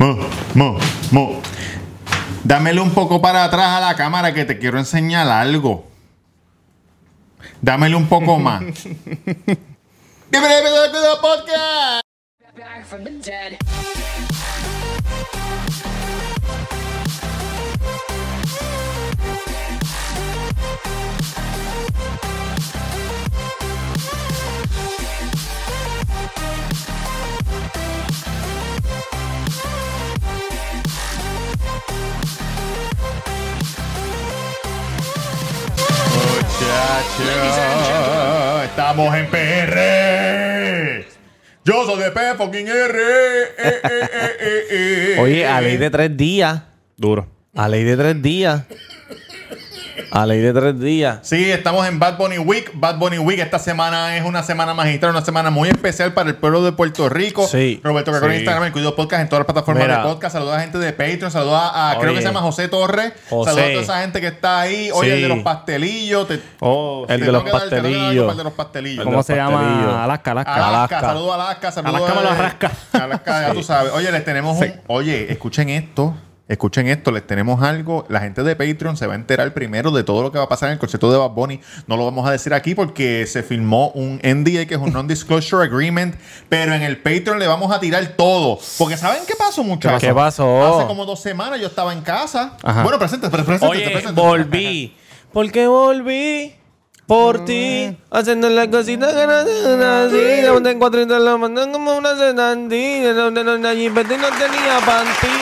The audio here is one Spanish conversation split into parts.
Mo, mo, mo. Dámele un poco para atrás a la cámara que te quiero enseñar algo. Dámele un poco más. Bienvenidos a Cuidado Podcast. back from the dead. Muchachos, estamos en PR. Yo soy de P fucking R. Eh, eh, eh, eh, eh. Oye, a ley de tres días. Duro. A ley de tres días. A ley de tres días. Sí, estamos en Bad Bunny Week. Bad Bunny Week esta semana es una semana magistral, una semana muy especial para el pueblo de Puerto Rico. Sí. Roberto Cacón en Sí. Instagram, el Cuido Podcast en todas las plataformas Mira. de podcast. Saludos a la gente de Patreon, saludos a, a- creo que Oye. se llama José Torres. José. Saludos a toda esa gente que está ahí. Oye, Sí. el de los pastelillos. te- Oh, El te de tengo los que dar- te tengo que dar algo pastelillos. para el de los pastelillos. El de ¿Cómo los se pastelillos. llama? Alaska, Alaska. Alaska, Alaska. saludos a Alaska, saludos Alaska me lo a- arrasca. Alaska, ya tú sabes. Oye, les tenemos un- Sí. Oye, escuchen esto. Escuchen esto, les tenemos algo. La gente de Patreon se va a enterar primero de todo lo que va a pasar en el concierto de Bad Bunny. No lo vamos a decir aquí porque se firmó un NDA, que es un Non-Disclosure Agreement. Pero en el Patreon le vamos a tirar todo. Porque ¿saben qué pasó, muchachos? ¿Qué pasó? Hace como dos semanas yo estaba en casa. Ajá. Bueno, presente, pre- preséntate, Oye, preséntate. volví. Porque volví. Por ti, haciendo las cositas que no se hacen así, no tengo treinta la mandan como una cenandí, donde no allí, no tenía panty.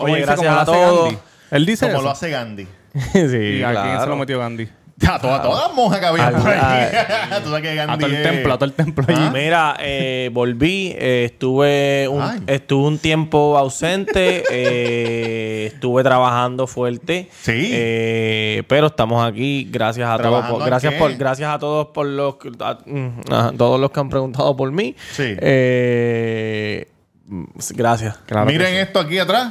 Como Oye, dice, gracias como lo a hace todos. Gandhi. Él dice Como eso. lo hace Gandhi. sí, ¿Y a quién se claro. lo metió Gandhi? A todas todas las monjas Ah, que había Al- por ahí. a- Tú sabes que Gandhi A todo el es- templo, a todo el templo allí. ¿Ah? Mira, eh, volví, eh, estuve, Ay. un, estuve un tiempo ausente, eh, estuve trabajando fuerte, Sí. eh, pero estamos aquí, gracias a todos, ¿Trabajando por, en gracias qué? por, gracias a todos por los, a- mm, ajá, todos los que han preguntado por mí, Sí. Eh, mm, gracias. Miren este esto aquí atrás.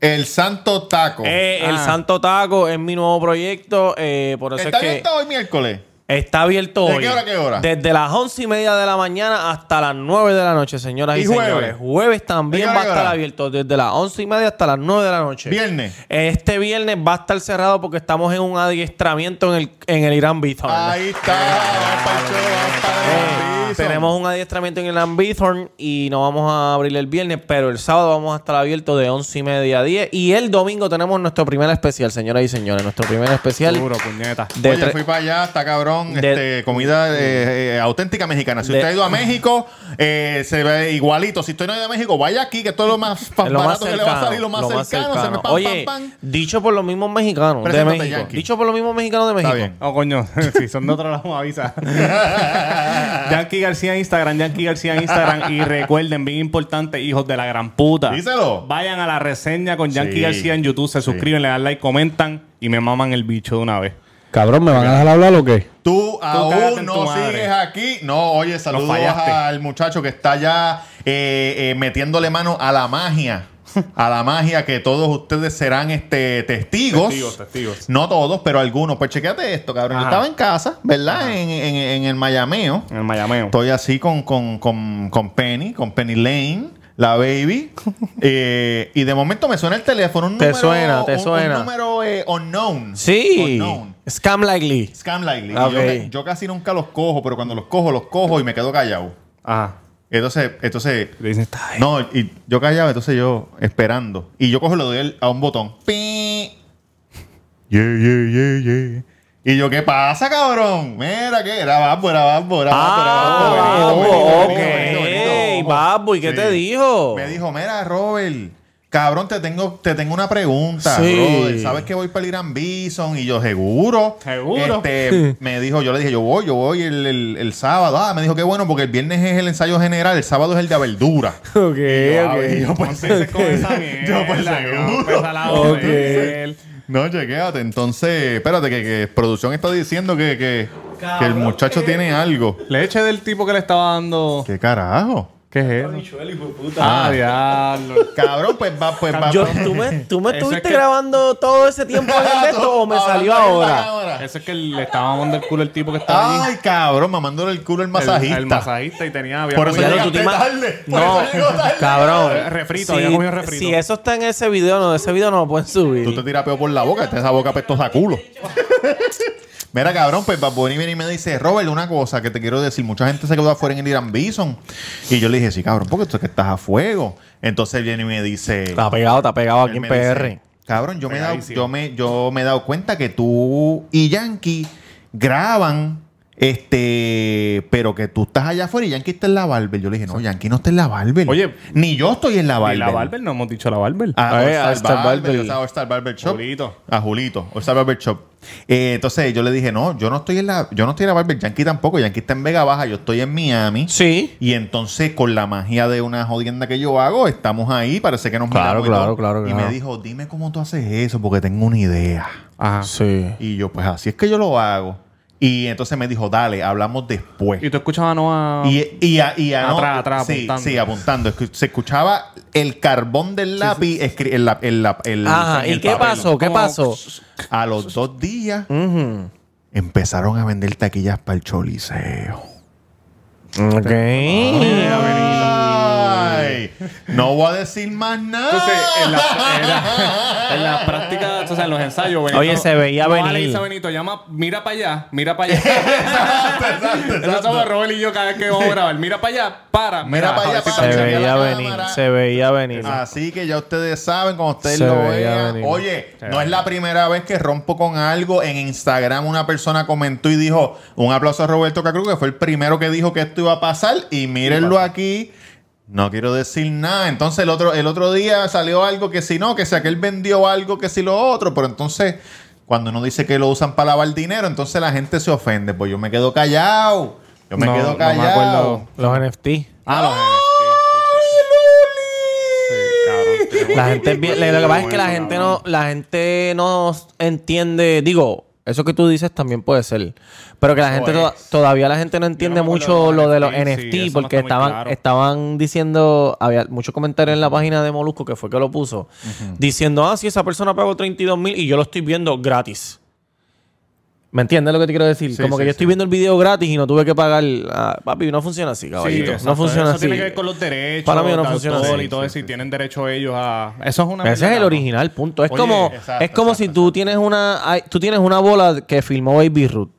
El Santo Taco. Eh, El Ah. Santo Taco es mi nuevo proyecto, eh, por eso ¿Está es que abierto hoy miércoles? está abierto ¿De hoy. qué hora a qué hora? Desde las once y media de la mañana hasta las 9 de la noche, señoras y, ¿Y jueves? señores. Jueves también ¿De qué hora va a a qué estar hora? abierto desde las once y media hasta las 9 de la noche. Viernes. Este viernes va a estar cerrado porque estamos en un adiestramiento en el, en el Irán Bithorn. Ahí está. Vamos pa'l show, vamos pa'l Eh, piso. tenemos un adiestramiento en el Irán Bithorn y no vamos a abrir el viernes, pero el sábado vamos a estar abierto de once y media a 10. Y el domingo tenemos nuestro primer especial, señoras y señores. Nuestro primer especial Duro, puñeta. de Oye, tre- fui para allá, está cabrón. De- este, comida eh, eh, auténtica mexicana. Si De- usted ha ido a México, eh, se ve igualito. Si usted no ha ido a México, vaya aquí, que esto es lo más fa- Es lo más barato que le va a cercano, salir, lo más cercano. Se me pan, Oye, pan, pan. dicho por los mismos mexicanos de Preséntate, México. Yankee. Dicho por los mismos mexicanos de México. bien. Oh, coño. si son de otro lado, me avisa. Yankee García en Instagram, Yankee García en Instagram. Y recuerden, bien importante, hijos de la gran puta. Díselo. Vayan a la reseña con Yankee Sí. García en YouTube, se suscriben, le dan like, comentan y me maman el bicho de una vez. Cabrón, ¿me van a dejar hablar o qué? Tú cágate aún en no tu madre. sigues aquí. No, oye, saludos fallaste. al muchacho que está ya eh, eh, metiéndole mano a la magia. A la magia que todos ustedes serán este, testigos. Testigos, testigos. No todos, pero algunos. Pues chequéate esto, cabrón. Yo Ajá. estaba en casa, ¿verdad? En, en- en el Mayameo. En el Mayameo. Estoy así con, con- con- con Penny, con Penny Lane, la baby. Eh, y de momento me suena el teléfono. Un Te número, suena, te un- un suena. número eh, unknown. Sí. Unknown. Scam likely. Scam Likely. Ah, Y yo ok. ca- Yo, casi nunca los cojo, pero cuando los cojo, los cojo y me quedo callado. Ajá. Entonces, entonces. Le dicen, está ahí. No, y yo callado, entonces yo esperando. Y yo cojo y le doy el- a un botón. Pi. Yeah, yeah, yeah, yeah. Y yo, ¿qué pasa, cabrón? Mira, que era Babbo, era Babbo, era Babbo, era Ah, Babbo. Bonito, Babbo, bonito, bonito, ok. bonito. Babbo, ¿y qué te dijo? Me dijo, mira, Robert, cabrón, te tengo, te tengo una pregunta, Sí. brother. ¿Sabes que voy para el Irán Bison? Y yo, seguro. Seguro. Este, me dijo, yo le dije, yo voy, yo voy el, el- el sábado. Ah, me dijo, qué bueno, porque el viernes es el ensayo general, el sábado es el de a verdura. Ok, Y yo, pues, Entonces, con esa mierda, Yo, pues, yo, seguro. pues, a la Ok. orden. No, chequéate. Entonces, espérate, que, que producción está diciendo que, eh. que- que el muchacho tiene algo. Leche del tipo que le estaba dando. ¿Qué carajo? ¿Qué es eso? Ah, diablo. Cabrón, pues va, pues va. Yo, pues- ¿Tú me, tú me Eso estuviste es que- grabando todo ese tiempo en el texto Ah, o me salió ahora? Eso es que le estaba mamando el culo el tipo que estaba allí. Ay, cabrón, mamándole el culo el masajista. El, el masajista y tenía... había Por eso comido- Ya lo llegaste tú te ima- tarde. Por No, eso llegó tarde. cabrón. Refrito, si, había comido refrito. si eso está en ese video, no, ese video no lo pueden Tú te subir. tiras peo por la boca, esta esa boca apestosa a culo. Mira, cabrón, pues Bad Bunny viene y me dice, Robert, una cosa que te quiero decir, mucha gente se quedó afuera en el Irán Bison. Y yo le dije, sí, cabrón, porque tú es que estás a fuego. Entonces viene y me dice... Está pegado, está pegado aquí Él en me PR. dice, Cabrón, yo me, he dado, Pegadísimo. yo, me, yo me he dado cuenta que tú y Yankee graban, este, pero que tú estás allá afuera y Yankee está en la Barber. Yo le dije, no, Yankee no está en la Barber. Oye, ni yo estoy en la Y Barber. la Barber, no hemos dicho la Barber. A, A ver, All a Star Star Barber, Barber. o sea, All Star Barber Shop. Julito. A Julito, All Star Barber Shop. Eh, entonces yo le dije, no, yo no estoy en la, yo no estoy en la Barber, Yankee tampoco, Yankee está en Vega Baja, yo estoy en Miami. Sí. Y entonces, con la magia de una jodienda que yo hago, estamos ahí, parece que nos Claro, miramos y claro, todo. claro, Y claro. me dijo, dime cómo tú haces eso, porque tengo una idea. Ajá. Sí. Y yo, pues así es que yo lo hago. Y entonces me dijo, dale, hablamos después. Y tú escuchabas a Noah... Y, y a- y a- no- Atrás, atrás, sí, apuntando. Sí, apuntando. Escu- Se escuchaba el carbón del lápiz escri- en la- en la- el- Ajá, en ¿y el qué papel. pasó? ¿Qué Como- pasó? pues, A los dos días Ujú. empezaron a vender taquillas para el Choliseo. Ok. Ay, no voy a decir más nada. Entonces, en la, en la- en la práctica, o sea, en los ensayos, Benito- Oye, se veía no, venir. Ale dice a Benito, llama, mira para allá, mira para allá. Eso estamos Robert y yo cada vez que vamos a grabar. Mira para allá, para. Mira pa' a ver allá, si para. te- Se Se veía veía la venir, cámara. se veía venir. Así que ya ustedes saben, cuando ustedes Se lo veía vean. venir. Oye, no es la primera vez que rompo con algo. En Instagram una persona comentó y dijo, un aplauso a Roberto Cacruz, que fue el primero que dijo que esto iba a pasar. Y mírenlo aquí. No quiero decir nada. Entonces el otro, el otro día salió algo que si no, que si aquel vendió algo, que si lo otro. Pero entonces, cuando uno dice que lo usan para lavar dinero, entonces la gente se ofende. Pues yo me quedo callado. Yo me No, no quedo me callado. acuerdo. Los NFT. Ah, los NFT. Sí, sí, sí. Sí, cabrón, tío. La gente es bien- lo que pasa es que la gente no, la gente no entiende, digo, eso que tú dices también puede ser, pero que la gente Pues, toda- todavía la gente no entiende me acuerdo mucho lo de los sí, NFT eso no porque está muy estaban claro. estaban diciendo, había muchos comentarios en la página de Molusco que fue que lo puso, diciendo, ah, si esa persona pagó 32 mil y yo lo estoy viendo gratis. ¿Me entiendes lo que te quiero decir? Sí, Como que sí, sí. yo estoy viendo el video gratis y no tuve que pagar. Ah, papi, no funciona así, Sí, caballito. no exacto. funciona eso así. tiene que ver con los derechos. Para mí no de funciona autor así. Y todo eso, y tienen derecho ellos a. Eso es una. Ese es el mierda, ¿no? original, punto. Es Oye, como, exacto, es como exacto, si tú tienes una hay- tú tienes una bola que filmó Baby Ruth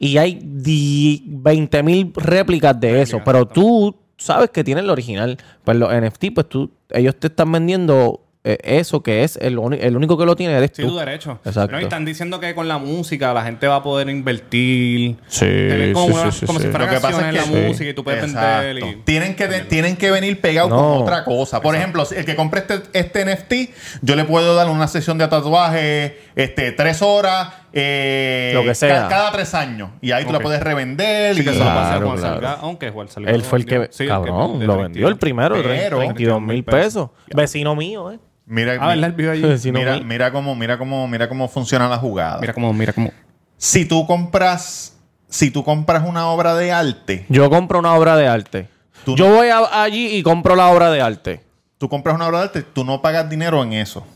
y hay 20 mil réplicas de eso, pero tú sabes que tienes el original. Pues los NFT, pues tú, ellos te están vendiendo eh, eso que es el, uni- el único que lo tiene eres Sí, tú. tu derecho. Exacto. No, y están diciendo que con la música la gente va a poder invertir. Sí, Te ven como, sí, una- sí, sí, como si sí. fuera Lo que pasa es que la música y tú puedes Exacto. vender. Y... Tienen que, tienen que venir pegados No. con otra cosa. Por ejemplo, si el que compre este, este NFT, yo le puedo dar una sesión de tatuaje, este, tres horas, eh, Lo que sea. ca- cada tres años. Y ahí tú la Ok. puedes revender. y Que se lo pase a Claro, Juan claro. Salgado, aunque Juan Salgado Él fue el lo vendió. que, Sí, el que cabrón, vendió lo de vendió el 32. primero, tre- Pero- 32 mil pesos. Vecino mío, ¿eh? Mira, Ah, ¿verdad? El video allí. Vecino mira, mío. mira cómo, mira cómo, mira cómo funciona la jugada. Mira cómo, mira cómo. Si tú compras, si tú compras una obra de arte, Yo compro una obra de arte. Tú Yo voy a- allí y compro la obra de arte. tú compras una obra de arte, tú no pagas dinero en eso.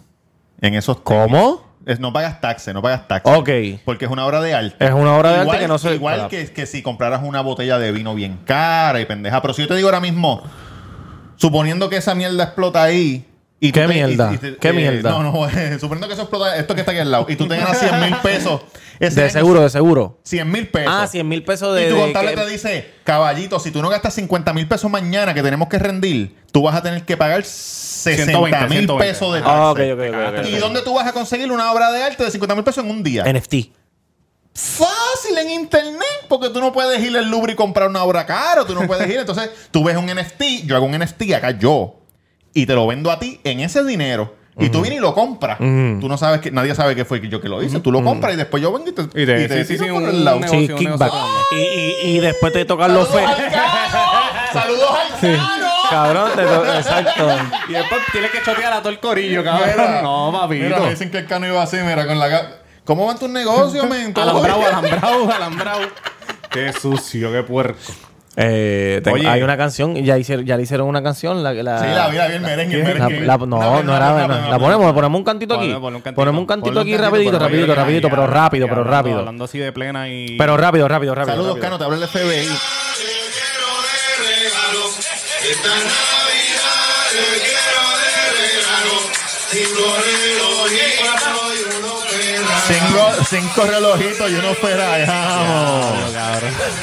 En esos ¿Cómo? Es- no pagas taxes, no pagas taxes. Ok. Porque es una obra de arte. Es una obra de igual, arte que no se... igual que, que si compraras una botella de vino bien cara y pendeja. Pero si yo te digo ahora mismo, suponiendo que esa mierda explota ahí. Y tú ¿Qué mierda? ¿Qué mierda? No, no, suponiendo que eso explota, esto que está aquí al lado, y tú te ganas 100 mil pesos. ese De año, seguro, de seguro. 100 mil pesos. Ah, 100 mil pesos de. Y tu de contable que- te dice, caballito, si tú no gastas 50 mil pesos mañana que tenemos que rendir, tú vas a tener que pagar 60 mil 120. pesos de taxes. Ah, ok, ok, ok, ok. ¿Y dónde tú vas a conseguir una obra de arte de 50 mil pesos en un día? NFT. Fácil en internet, porque tú no puedes ir al Louvre y comprar una obra cara, tú no puedes ir. Entonces, tú ves un NFT, yo hago un NFT acá yo, y te lo vendo a ti en ese dinero. Y tú vienes y lo compras. Tú no sabes que nadie sabe que fue yo que lo hice. Tú lo compras y después yo vengo y te, Y te- y te sí, sí, tiro sí, por un el lado. negocio. Sí, kickback. negocio. Y, y, y después te tocan los ¡Saludos fe. al Cano! ¡Saludos al Cano! Cabrón, te to- exacto. Y después tienes que chotear a todo el corillo, cabrón. No, Mira, me papito. dicen que el Cano iba así, mira, con la... ca- ¿Cómo van tus negocios, men? Alambrado, alambrado, alambrado. Qué sucio, qué puerco. Eh, tengo- Oye. hay una canción, ya, hicieron, ya le hicieron una canción. La, la, Sí, la vi, la vi, el merengue, el la- merengue. la- no, no era. no, La ponemos, ponemos un cantito aquí. Ponle- ponle un cantito. Ponemos un Ponle cantito un aquí cantito, rapidito, pero rapidito, oye, rapidito, pero Ya, rápido, ya, pero hablando- rápido. Hablando así de plena y. Pero rápido, rápido, rápido. Saludos, rápido. Cano, te habla el FBI. Cinco, cinco relojitos y uno fuera. vamos.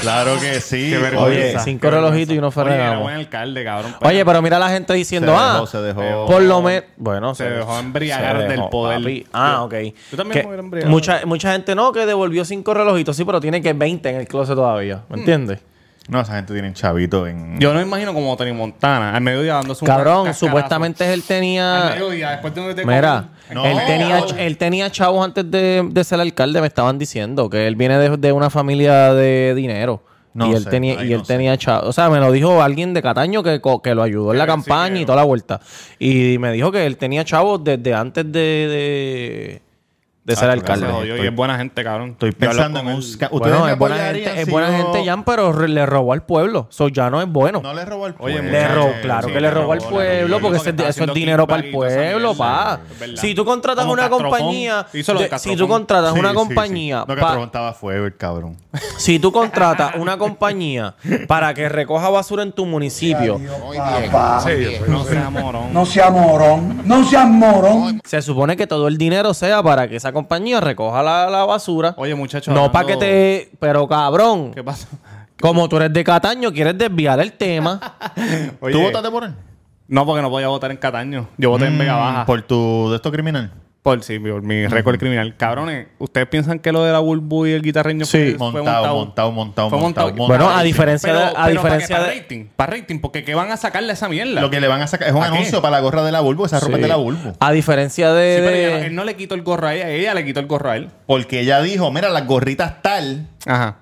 Claro que sí. Qué vergüenza. Oye, cinco relojitos y uno Oye, era Ferragamo. buen alcalde, cabrón. pero Oye, pero mira la gente se diciendo, dejó, ah, se dejó. por lo menos. Bueno, Se dejó embriagar se del poder. papi. Ah, ok. Yo también Que me hubiera embriagado. mucha, mucha gente no, que devolvió cinco relojitos, sí, pero tiene que 20 en el closet todavía. Hmm. ¿Me entiendes? No, esa gente tiene un chavito en. Yo no me imagino como Tony Montana al mediodía dándose un Cabrón, cascarazo. supuestamente él Al tenía. mediodía, después de donde te Mira, comen. No. él, tenía, él tenía chavos antes de, de ser alcalde, me estaban diciendo que él viene de, de una familia de dinero. No y él sé, tenía, ahí y él no sé. tenía chavos. O sea, me lo dijo alguien de Cataño que, co- que lo ayudó en la Que sí, campaña que- y toda la vuelta. Y me dijo que él tenía chavos desde antes de, de, de ser Ah, Se alcalde. gracias. jodió y Estoy- es buena gente, cabrón. Estoy Yo hablo pensando en con un. él. ¿Ustedes Bueno, me es buena apoyarían gente, es si buena yo- gente, Jan, pero re- le robó al pueblo. Eso ya no es bueno. No le robó al Oye, pueblo. Le Sí, robó, sí, claro sí, que le le robó al robó, le pueblo, robó, porque ese- lo que eso está es haciendo dinero para el Kimball y toda esa pueblo, mierda. pa. Sí, es verdad. Si tú contratas Como una Castrofón. compañía, Hizo lo de de- si tú Castrofón. contratas Sí, una sí, sí. compañía, No, que pa- preguntaba fuego el cabrón. si tú contratas una compañía para que recoja basura en tu municipio, No sea morón. No seas morón, no seas morón. se supone que todo el dinero sea para que esa compañía recoja la, la basura. Oye, muchacho. no hablando- para que te, pero cabrón, ¿Qué pasa? como tú eres de Cataño, quieres desviar el tema. Oye, ¿Tú votaste por él? No, porque no podía votar en Cataño. Yo voté en Vega Baja. Mm, ¿Por Mm. tu de esto criminal? Por sí, por mi récord criminal. Cabrones, ¿ustedes piensan que lo de la Bulbu y el guitarreño Sí. fue Montado, montado, montado, Fue montado, montado. Bueno, a diferencia de- a ¿para qué? diferencia para de- rating, para rating, porque ¿qué van a sacarle a esa mierda? Lo que le van a sacar es un ¿A qué? anuncio para la gorra de la Bulbo, esa ropa es Sí. de la Bulbo. A diferencia de... Sí, pero de- ella no- él no le quitó el gorro a ella, ella le quitó el gorro a él. Porque ella dijo, mira, las gorritas tal. Ajá.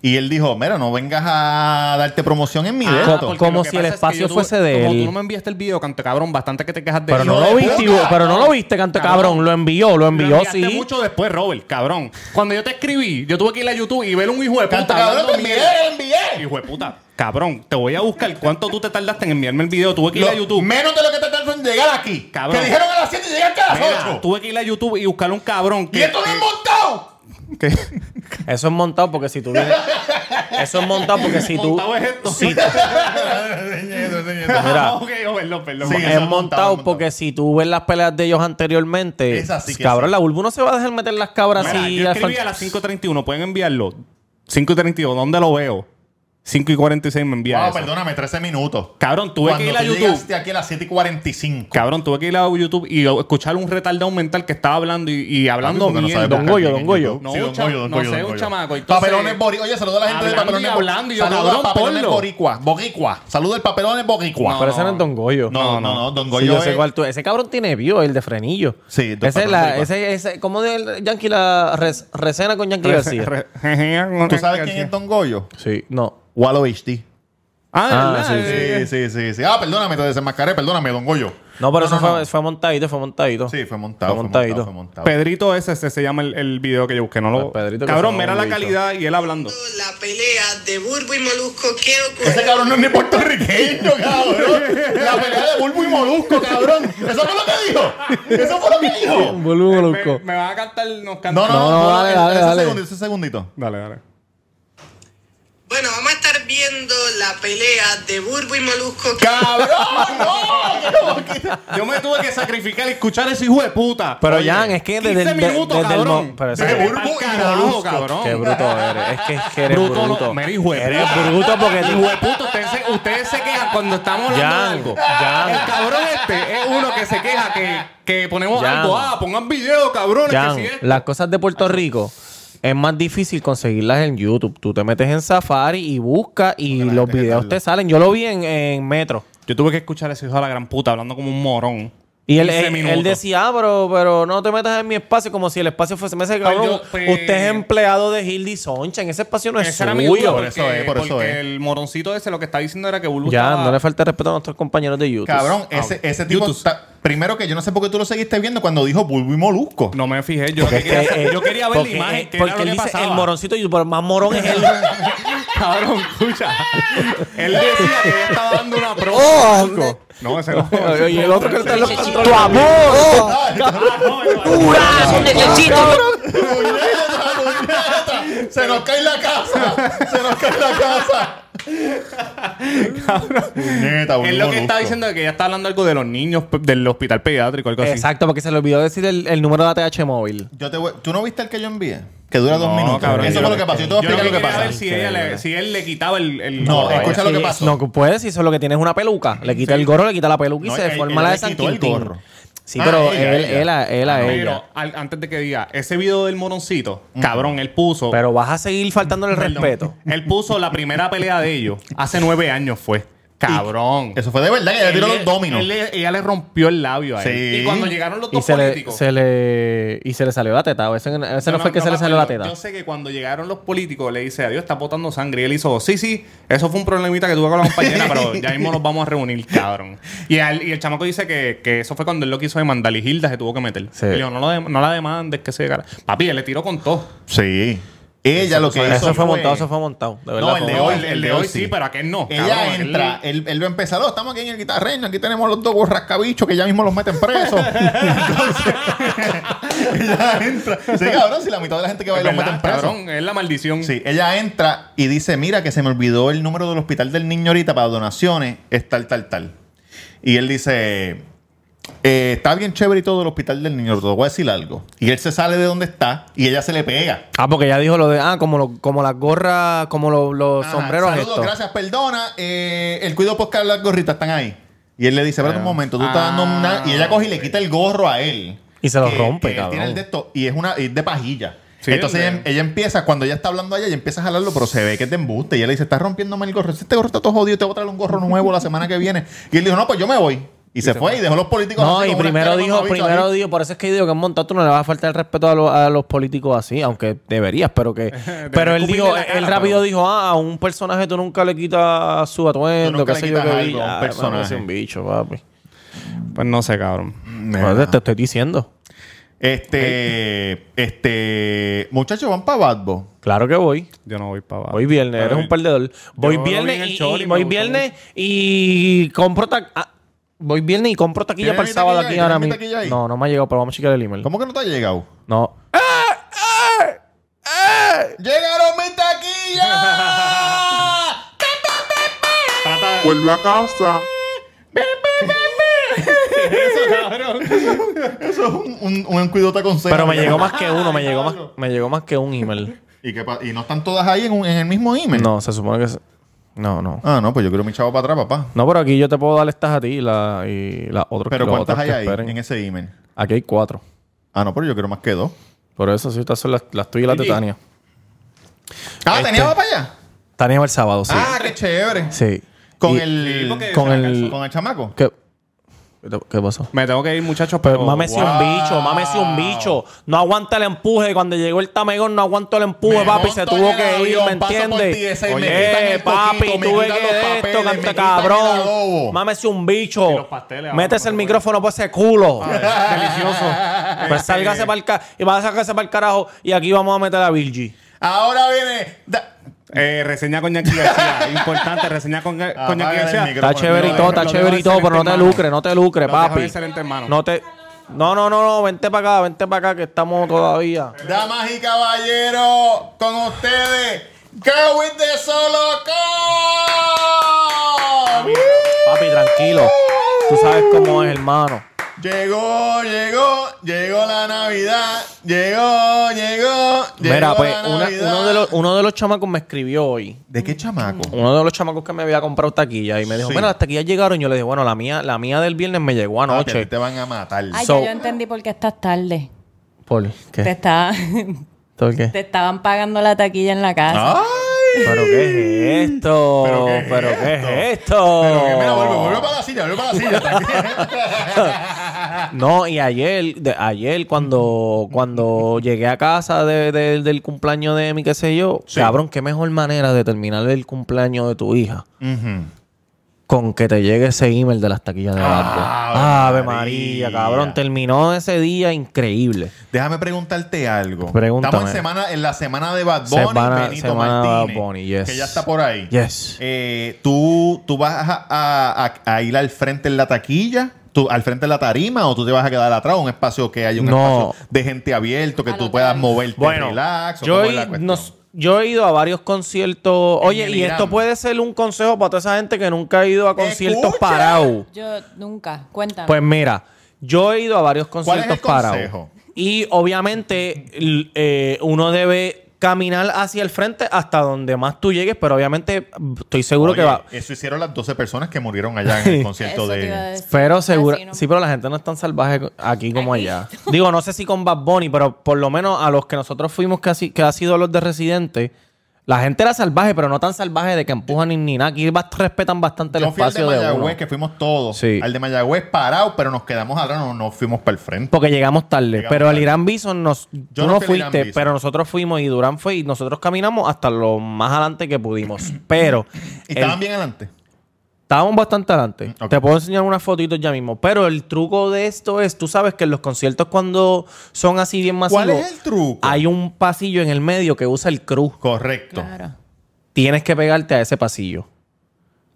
Y él dijo, mira, no vengas a darte promoción en mi Ah, de Co- esto. porque- como si el espacio fuese de como él. Tú no me enviaste el video, canto cabrón, bastante que te quejas de Pero él. no de lo viste, puta. Ivo, pero no lo viste, canto Cabrón. cabrón. Lo envió, lo Lo envió, enviaste sí. mucho después, Robert, cabrón. Cuando yo te escribí, yo tuve que ir a YouTube y ver un hijo de puta. Canto, cabrón, hablando te envié, mierda. te envié. Hijo de puta. Cabrón, te voy a buscar cuánto tú te tardaste en enviarme el video. Tuve que ir Lo- a YouTube. Menos de lo que te tardaron en llegar aquí. Cabrón. Te dijeron a las 7 y llegaste a Mira, las 8. tuve que ir a YouTube y buscar un cabrón que. Y esto no es montado. Eso es montado porque si tú vienes- Eso es montado porque si tú. Montado es esto. si- Ah, mira, ok, oh, perdón, perdón. Sí, mamá. eso es montado, es montado porque si tú ves las peleas de ellos anteriormente. Es así que Cabrón, sí. la Bulbu no se va a dejar meter las cabras Mira, así. yo al escribí frente. a las 5.31, pueden enviarlo. 5.32, ¿dónde lo veo? 5.46 me envía Wow, eso. perdóname, 13 minutos. Cabrón, tuve Ah, Cuando que ir a tú YouTube. llegaste aquí a las 7 y 45. Cabrón, tuve que ir a YouTube y escuchar un retardado mental que estaba hablando y, y hablando Papi, porque no mierda. sabe Don buscar Goyo, bien Don en Goyo. YouTube. No, Sí, un Don cha- Goyo, Don no Goyo, sé, Don un Goyo. chamaco, entonces- Papelones boricua. Oye, saluda a la gente de Hablando y Papelones boricua. hablando, y yo, Saluda cabrón, a Papelones ponlo. boricua. Boricua. Saluda al Papelones boricua. Pero ese no es Don Goyo. No, no, no, Don Sí, Goyo yo sé es- cuál tú- Ese cabrón tiene bio, el de frenillo. Sí, Don ese es Patrón la, Boricua. ese, ese, ¿Cómo de el Yankee la res- recena con Yankee García? ¿Tú sabes quién es Don Goyo? Sí, no. Wallo HD. Ah, Ah, sí, sí, Sí, sí, sí, sí. Ah, perdóname, te desenmascaré, perdóname, Don Goyo. No, pero eso no, fue, no. fue montadito, fue montadito. Sí, fue montado. Fue Fue montado. montadito. fue montado. Pedrito ese, ese se llama el, el video que yo busqué. No lo... Pues Pedrito que Cabrón, se llama mira la un bicho. calidad y él hablando. La pelea de Burbu y Molusco, ¿qué ocurrió? Ese cabrón no es ni puertorriqueño, cabrón. La pelea de Bulbo y Molusco, cabrón. Eso fue lo que dijo. Eso fue lo que dijo. Boludo, Me, loco. me va a cantar, nos canta. No, no, no, no, no, dale, dale, ese dale. segundito, ese segundito. Dale, dale. Bueno, vamos a estar viendo la pelea de Burbu y Molusco. ¿qué ¡Cabrón! ¡No! ¿Cómo que- Yo me tuve que sacrificar y escuchar ese hijo de puta. Pero Oye, Jan, es que desde, 15 el- de- minutos, desde el cabrón. mo- pero De ese- Burbu y Molusco. Qué bruto eres. Es que, es que eres Bruto, bruto. no, mira, hijo de eres puta. bruto porque tú- Hijo de puta, ustedes se, ustedes se quejan cuando estamos hablando Jan, de algo. Jan. El cabrón este es uno que se queja que, que ponemos Jan. algo. Ah, pongan video, cabrones. Jan, que si es- las cosas de Puerto Rico es más difícil conseguirlas en YouTube. Tú te metes en Safari y buscas y la los gente que videos tarda. te salen. Yo lo vi en, en Metro. Yo tuve que escuchar a ese hijo de la gran puta hablando como un morón. Y él, 15 él- él minutos. decía, ah, pero, pero no te metas en mi espacio como si el espacio fuese... Me dice, cabrón, yo, pues- usted es empleado de Hildy Soncha. En ese espacio no es Ese era mi suyo. duda, por eso porque- es, por eso porque es. el moroncito ese lo que está diciendo era que Bulbu Ya, estaba- no le falta respeto a nuestros compañeros de YouTube. Cabrón, ese, ese tipo YouTube. está- Primero que yo no sé por qué tú lo seguiste viendo cuando dijo Bulbo y Molusco. No me fijé. Yo, Porque lo que quería, es que, eh, yo quería ver porque, la imagen. eh, que era porque lo él que dice pasaba. el moroncito y pero el más morón es él. Cabrón, escucha. Él decía que ella estaba dando una Oh, prueba. no, ese no. Y el otro que está en los controles. ¡Tu amor! ¡Corazón de Diosito! ¡Puñeta, puñeta! ¡Se nos cae la casa! ¡Se nos cae la casa! Puñeta, un Es lo que molusco. está diciendo que ella está hablando algo de los niños pe- del hospital pediátrico, algo así. Exacto, porque se le olvidó decir el, el número de ATH móvil. Yo te voy- ¿Tú no viste el que yo envié? Que dura dos No, minutos. cabrón, Eso yo fue lo lo que pasó. Yo te Yo voy a lo que explicar lo que quería pasó. ver si, ella le- si él le quitaba el. el No, gorro a ella. escucha lo que pasó. No, que puede, si eso es lo que tiene es una peluca. Le quita el gorro, le quita la peluca y No, se él- forma él la de le San quitó el Quintín. gorro. Sí, Ah, pero ella, él, ella. él, a- él a Ah, Pero ella. al- antes de que diga, ese video del mononcito, cabrón, él puso. Pero vas a seguir faltándole el Perdón. respeto. Él puso la primera pelea de ellos. Hace nueve años fue. Cabrón. Eso fue de verdad que ella tiró los dominos. él le- ella le rompió el labio a él. Sí. Y cuando llegaron los Y dos se le, políticos. se le, y se le salió la teta. o Ese, ese no, fue que se me le salió la acuerdo. teta. Yo sé que cuando llegaron los políticos le dice, adiós, está botando sangre. Y él hizo, sí, sí, eso fue un problemita que tuve con la compañera, pero ya mismo nos vamos a reunir, cabrón. Y, al- y el chamaco dice que, que eso fue cuando él lo quiso demandar y Hilda se tuvo que meter. Sí. Y le dijo, no, lo dem- no la demandes, que se cara. Papi, él le tiró con todo. Sí. Ella lo que hizo Eso, fue montado, eso fue montado. De verdad. No, el fue de montado. hoy, Pues el, el de hoy sí, pero aquel no. Ella cabrón, aquel- entra, él, él lo empezó, "Oh, estamos aquí en el guitarreño, aquí tenemos los dos borrascabichos que ya mismo los meten presos. Entonces, ella entra. Sí, cabrón, si la mitad de la gente que va Es ahí los meten verdad, presos. cabrón, es la maldición. Sí, ella entra y dice, mira que se me olvidó el número del hospital del niño ahorita para donaciones, es tal, tal, tal. Y él dice, "Eh, está bien chévere y todo el hospital del niño, te voy a decir algo. Y él se sale de donde está y ella se le pega. Ah, porque ya dijo lo de. Ah, como, lo- como las gorras, como lo- los Ajá, sombreros Saludos, estos. gracias, perdona. eh, el cuido poscar las gorritas están ahí. Y él le dice, Eh, espérate un momento, tú estás dando una... Y ella coge y le quita el gorro a él. Y se lo que- rompe, que él cabrón. tiene el de esto, y es una es de pajilla. Sí, Entonces el de- ella, ella empieza, cuando ella está hablando a ella, ella empieza a jalarlo, pero se ve que es de embuste. Y ella le dice, estás rompiéndome el gorro. Este gorro está todo jodido, te voy a traer un gorro nuevo la semana que viene. Y él dijo, no, pues yo me voy. Y, se, fue y dejó a los políticos. No, así y con una primero cara de dijo, mamabicho primero así. dijo, por eso es que digo que en montado tú no le vas a faltar el respeto a, lo- a los políticos así, aunque deberías, pero que. pero él escupirle dijo, la cara, él rápido pero- dijo, ah, a un personaje tú nunca le quitas su Tú atuendo, nunca qué le sé yo qué. quitas vi- algo a un Ah, personaje. mano, ese es un bicho, papi. Pues no sé, cabrón. Joder, te estoy diciendo. Eh. Este, este, muchachos, van para Badbo. Claro que voy. Yo no voy para abajo. Voy viernes, eres un perdedor. Voy lo vi en el viernes y, Choli, y- me voy gustó viernes y compro ta- ah, voy viernes y compro taquilla ¿Tienes para el mi sábado taquilla aquí ahí? ahora ¿Tienes mi mismo. taquilla ahí? No, no me ha llegado, pero vamos a checar el email. ¿Cómo que no te ha llegado? No. ¡Llegaron mi taquilla! Trata- Eso es un, un, un cuidota con cera. Pero me llegó más que uno, me llegó más, me llegó más que un email. ¿Y, qué pa- y no están todas ahí en, un- en el mismo email? No, se supone que es- No, no. Ah, no, pues yo quiero mi chavo para atrás, papá. No, pero aquí yo te puedo dar estas a ti y la- y las otras Pero los ¿cuántas otros hay que ahí esperen. en este? ese email? Aquí hay cuatro. Ah, no, pero yo quiero más que dos. Por eso sí, estas son las, las tuyas y las de Oye. Tania. Ah, Este. ¿tenía más para allá? Tania va el sábado, sí. Ah, qué chévere. Sí. Con Y- el. porque- Con el... Con el chamaco. ¿Qué, ¿Qué te- qué pasó? Me tengo que ir, muchachos, Pues Oh, pero. mame si un bicho, mame si un bicho. No aguanta el empuje. Cuando llegó el tamegón, no aguantó el empuje, Me papi. Se monto en tuvo el que ir, avión, ¿me paso por ti, entiendes? ese, y me quitan Oye, el papi, coquito, me tuve quitan que los de esto, papeles, me canta quitan el adobo. cabrón. Mame si un Y bicho. los ah, pasteles, vamos, Métese el vamos, micrófono por ese culo. Delicioso. Pues sálgase para el carajo. Y vas a sacarse para el carajo. Y aquí vamos a meter a Virgie. Ahora viene. da- Eh, reseña con Yankee García. Importante, reseña con, con Yankee Ah, Apaga el García. micrófono. Está chévere y Lo todo, dejo- está lo chévere dejo y todo, pero no excelente te en mano. lucre, no te lucre, Lo dejo papi. excelente en mano. No te. No, no, no, no, vente para acá, vente para acá que estamos todavía. Damas y caballeros, con ustedes, Gawin de Soloco. Papi, tranquilo. Tú sabes cómo es, hermano. Llegó, llegó, llegó la Navidad. Llegó, llegó, llegó. Mira, pues la una- Navidad. uno, de los, uno de los chamacos me escribió hoy. ¿De qué chamaco? Uno de los chamacos que me había comprado taquilla y me dijo, Sí. mira, las taquillas llegaron. Y yo le dije, bueno, la mía, la mía del viernes me llegó Papi, Ah, a ti anoche. te van a matar. Ay, So- ya yo entendí por qué estás tarde. ¿Por Te, qué? está, ¿Por qué? te estaban pagando la taquilla en la casa. ¡Ay! ¿Pero qué es esto? ¿Pero qué es esto? ¿Pero qué es esto? Pero que mira, vuelve, vuelve para la silla, vuelve para la silla. tranquila. No, y ayer, de- ayer cuando, cuando llegué a casa de- de- del cumpleaños de mi, qué sé yo, cabrón, qué mejor manera de terminar el cumpleaños de tu hija Con que te llegue ese email de las taquillas de Bad Bunny. Ave Ave María, Ah, María. cabrón. Terminó ese día increíble. Déjame preguntarte algo. Pregúntame. Estamos en, semana, en la semana de Bad Bunny, Semana- Benito semana de Bad Martínez, Bunny, yes. que ya está por ahí. Yes. Eh, ¿tú, ¿Tú vas a, a- a- a ir al frente en la taquilla? ¿Tú, ¿Al frente de la tarima o tú te vas a quedar atrás? ¿Un espacio que haya un No. espacio de gente abierto que Al tú otro puedas lado. moverte Bueno, relax? ¿o yo, cómo es he, la cuestión? nos- yo he ido a varios conciertos. En Oye, el y Irán. esto puede ser un consejo para toda esa gente que nunca ha ido a conciertos ¡Escucha! parados. Yo nunca. Cuéntame. Pues mira, yo he ido a varios ¿Cuál es el conciertos parados. consejo? Y obviamente l- eh, uno debe caminar hacia el frente hasta donde más tú llegues, pero obviamente b- estoy seguro Oye, que va. Eso hicieron las 12 personas que murieron allá en el concierto Eso te iba a de... decir. Pero seguro, Así no. sí, pero la gente no es tan salvaje co- aquí como Aquí. allá. Digo, no sé si con Bad Bunny, pero por lo menos a los que nosotros fuimos, que, así, que ha sido los de Residente, la gente era salvaje, pero no tan salvaje de que empujan ni, ni nada. Aquí bast- respetan bastante el Yo fui al de espacio de, uno. Mayagüez, que fuimos todos. Sí. Al de Mayagüez parado, pero nos quedamos atrás, no, no fuimos para el frente. Porque llegamos tarde. Llegamos pero al tarde. Irán Bison nos, tú Yo no no, fui al Irán fuiste, Bison. pero nosotros fuimos y Durán fue y nosotros caminamos hasta lo más adelante que pudimos. Pero Y el- estaban bien adelante. estábamos bastante adelante. ok. Te puedo enseñar unas fotitos ya mismo. Pero el truco de esto es, tú sabes que en los conciertos cuando son así bien masivos, ¿Cuál es el truco? hay un pasillo en el medio que usa el cruz. Correcto. Claro. Tienes que pegarte a ese pasillo.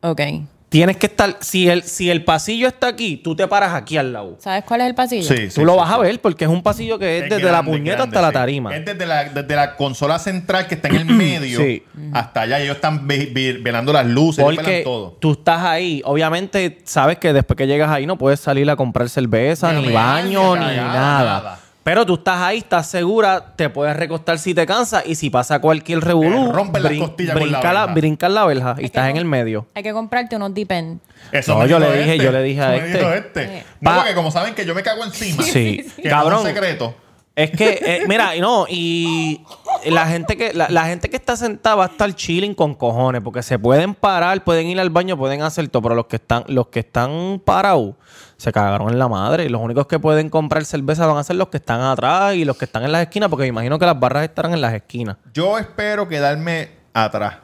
Ok. Tienes que estar, si el, si el pasillo está aquí, tú te paras aquí al lado. ¿Sabes cuál es el pasillo? Sí, tú sí, lo sí, vas sí. a ver porque es un pasillo que es, Es desde la grande, puñeta grande, hasta la sí. tarima. Es desde la, desde la consola central que está en el medio Sí. hasta allá. Ellos están ve- ve- velando las luces, ellos velan Porque todo. tú estás ahí. Obviamente, sabes que después que llegas ahí no puedes salir a comprar cerveza, Ni ni a mear, ni a baño, ni cagar, nada. nada. Pero tú estás ahí, estás segura, te puedes recostar si te cansas y si pasa cualquier revolú, Te rompen las brin- costillas con la brinca verja. brincas la verja y que estás en no- el medio. Hay que comprarte unos dipend. Eso No, me yo dijo le dije- yo le dije a Eso me este. dijo este. Sí. No, Pa- porque como saben que yo me cago encima. Sí, Que cabrón. Es un secreto. Es que, eh, mira, y no, y la gente que la, la gente que está sentada va a estar chilling con cojones, porque se pueden parar, pueden ir al baño, pueden hacer todo, pero los que están, los que están parados se cagaron en la madre. Y los únicos que pueden comprar cerveza van a ser los que están atrás y los que están en las esquinas, porque me imagino que las barras estarán en las esquinas. Yo espero quedarme atrás.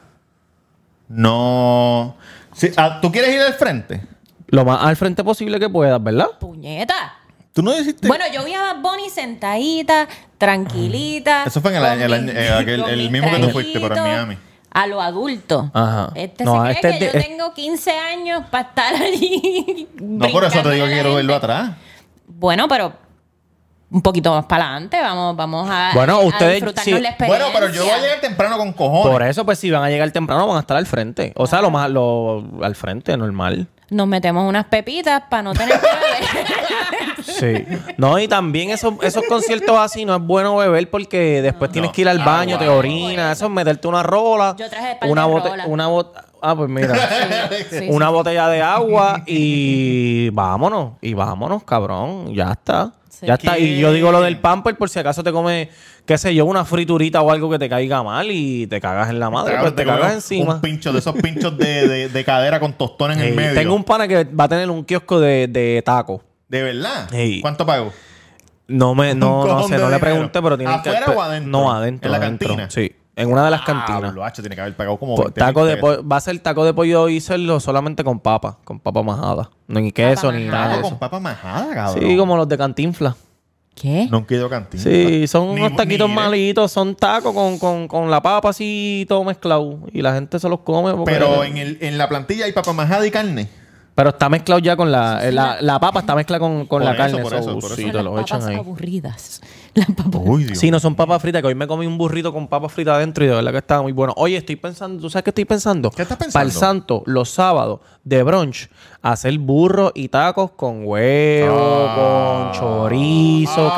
No. Sí, ah, ¿Tú quieres ir al frente? Lo más al frente posible que puedas, ¿verdad? ¡Puñeta! ¿Tú no dijiste? Bueno, yo vi a Bad Bunny sentadita, tranquilita. Eso fue en el con año- el mis- año- eh, aquel- con el mis mismo que tú fuiste, pero en traguitos, Miami. A lo adulto. Ajá. Este No, se este cree es que de- yo tengo 15 años para estar allí. no, por eso te digo que quiero verlo atrás. Bueno, pero un poquito más para adelante. Vamos, vamos a, Bueno, a ustedes- disfrutarnos sí. la Bueno, experiencia. pero yo voy a llegar temprano con cojones. Por eso, pues si van a llegar temprano, van a estar al frente. O sea, lo más lo, al frente, normal. Nos metemos unas pepitas para no tener que beber. Sí. No, y también esos, esos conciertos así no es bueno beber porque después tienes que ir al baño, te orinas, eso es meterte una rola, Yo traje par de una bote- rolas. una bot- ah, pues mira, Sí, sí, una botella de agua y vámonos, y vámonos, cabrón, ya está. Sí. Ya está, y yo digo lo del pamper por si acaso te comes, qué sé yo, una friturita o algo que te caiga mal y te cagas en la madre, Claro, pues te tengo cagas un- encima. Un pincho de esos pinchos de, de- de cadera con tostón en Ey, el medio. tengo un pana que va a tener un kiosco de, de tacos. ¿De verdad? Ey. ¿Cuánto pago? No me, no, Un no cojón sé, de no le dinero. pregunté, pero tiene que. ¿Afuera pe- o adentro? No, adentro. ¿En la adentro, cantina? Sí, en una de las cantinas. Pablo, hacho, tiene que haber pagado como Po- 20 taco de mil pesos. po- va a ser taco de pollo y serlo solamente con papa, con papa majada. No, ni queso, ni majada. nada de Taco con eso. papa majada, cabrón. Sí, como los de cantinfla. ¿Qué? No quiero cantina. Sí, son Ni- unos taquitos ni iré. malitos, son tacos con, con, con la papa así todo mezclado. Y la gente se los come. porque- Pero en, el, en la plantilla hay papa majada y carne. Pero está mezclado ya con la, eh, la, la papa, está mezclada con, con Por la eso, carne. por so- eso, por sí, eso. te Son los las echan papas ahí. aburridas. Las papas. Uy, Dios. Sí, no son papas fritas, que hoy me comí un burrito con papas fritas adentro y de verdad que estaba muy bueno. Oye, estoy pensando, ¿tú sabes qué estoy pensando? ¿Qué estás Para pensando? el santo, los sábados de brunch, hacer burros y tacos con huevo, Ah. con chorizo,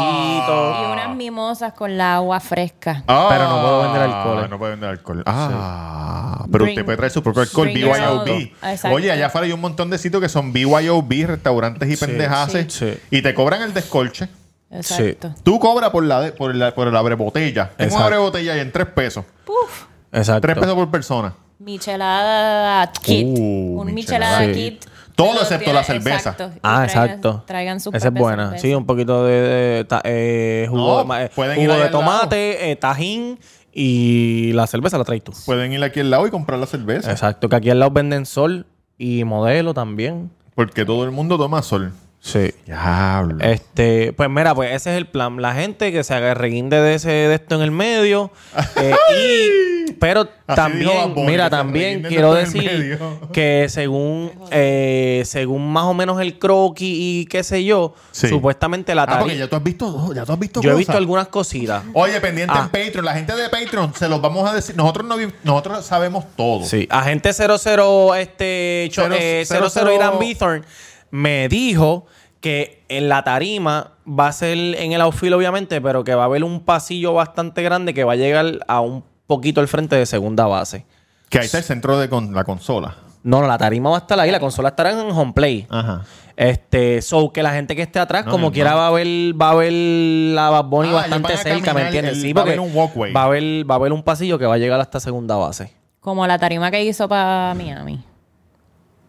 Y quesito. unas mimosas con la agua fresca. Ah, Pero no puedo vender alcohol. No puede vender alcohol. Ah, pero Bring- usted puede traer su propio alcohol, bring your BYOB. own. Exacto. Oye, allá afuera hay un montón de sitios que son BYOB, restaurantes y pendejaces. sí, sí. Y te cobran el descolche. Ah, Exacto. Tú cobras por la, de- por la, por la abrebotella. Tengo una Exacto. abrebotella ahí en 3 pesos. Puf. Exacto. 3 pesos por persona. Michelada kit. Uh, un michelada. michelada Sí. kit. Todo Pero excepto tiene- la cerveza. Y Ah, traigan- exacto. Traigan su Esa es propia buena. cerveza. Sí, un poquito de, de ta- eh, jugo, No, de, ma- eh, pueden ir jugo ahí de al lado. tomate, eh, tajín y la cerveza la traes tú. Pueden ir aquí al lado y comprar la cerveza. Exacto, que aquí al lado venden sol y modelo también. Porque todo el mundo toma sol. Ah, Sí. Diablo. Este, pues mira, pues ese es el plan. La gente que se haga reguinde de ese de esto en el medio. eh, y- pero Así también, dijo Bad Bunny, que mira, se también reguinde de quiero esto en el decir medio. que según eh, según más o menos el croquis y qué sé yo, Sí. supuestamente la Ah, tarea. porque ya tú has visto, oh, ya tú has visto yo he cosas. visto algunas cositas. Oye, pendiente Ah. en Patreon. La gente de Patreon se los vamos a decir. Nosotros no vi- nosotros sabemos todo. Sí, agente 00, este, cho- Cero- eh, cero- 00 Irán cero- Bithorn me dijo que en la tarima va a ser en el outfield, obviamente, pero que va a haber un pasillo bastante grande que va a llegar a un poquito al frente de segunda base. Que ahí está el centro de con- la consola. No, no, la tarima va a estar ahí, la consola estará en home play. Ajá. Este, so que la gente que esté atrás, Ah. No, mi como quiera, hermano. va a ver, va a ver la Bad Bunny Ah, bastante ellos van a cerca, ¿me caminar, entiendes? el- Sí, va a porque haber un walkway. va a haber, va a haber un pasillo que va a llegar hasta segunda base. Como la tarima que hizo para Miami.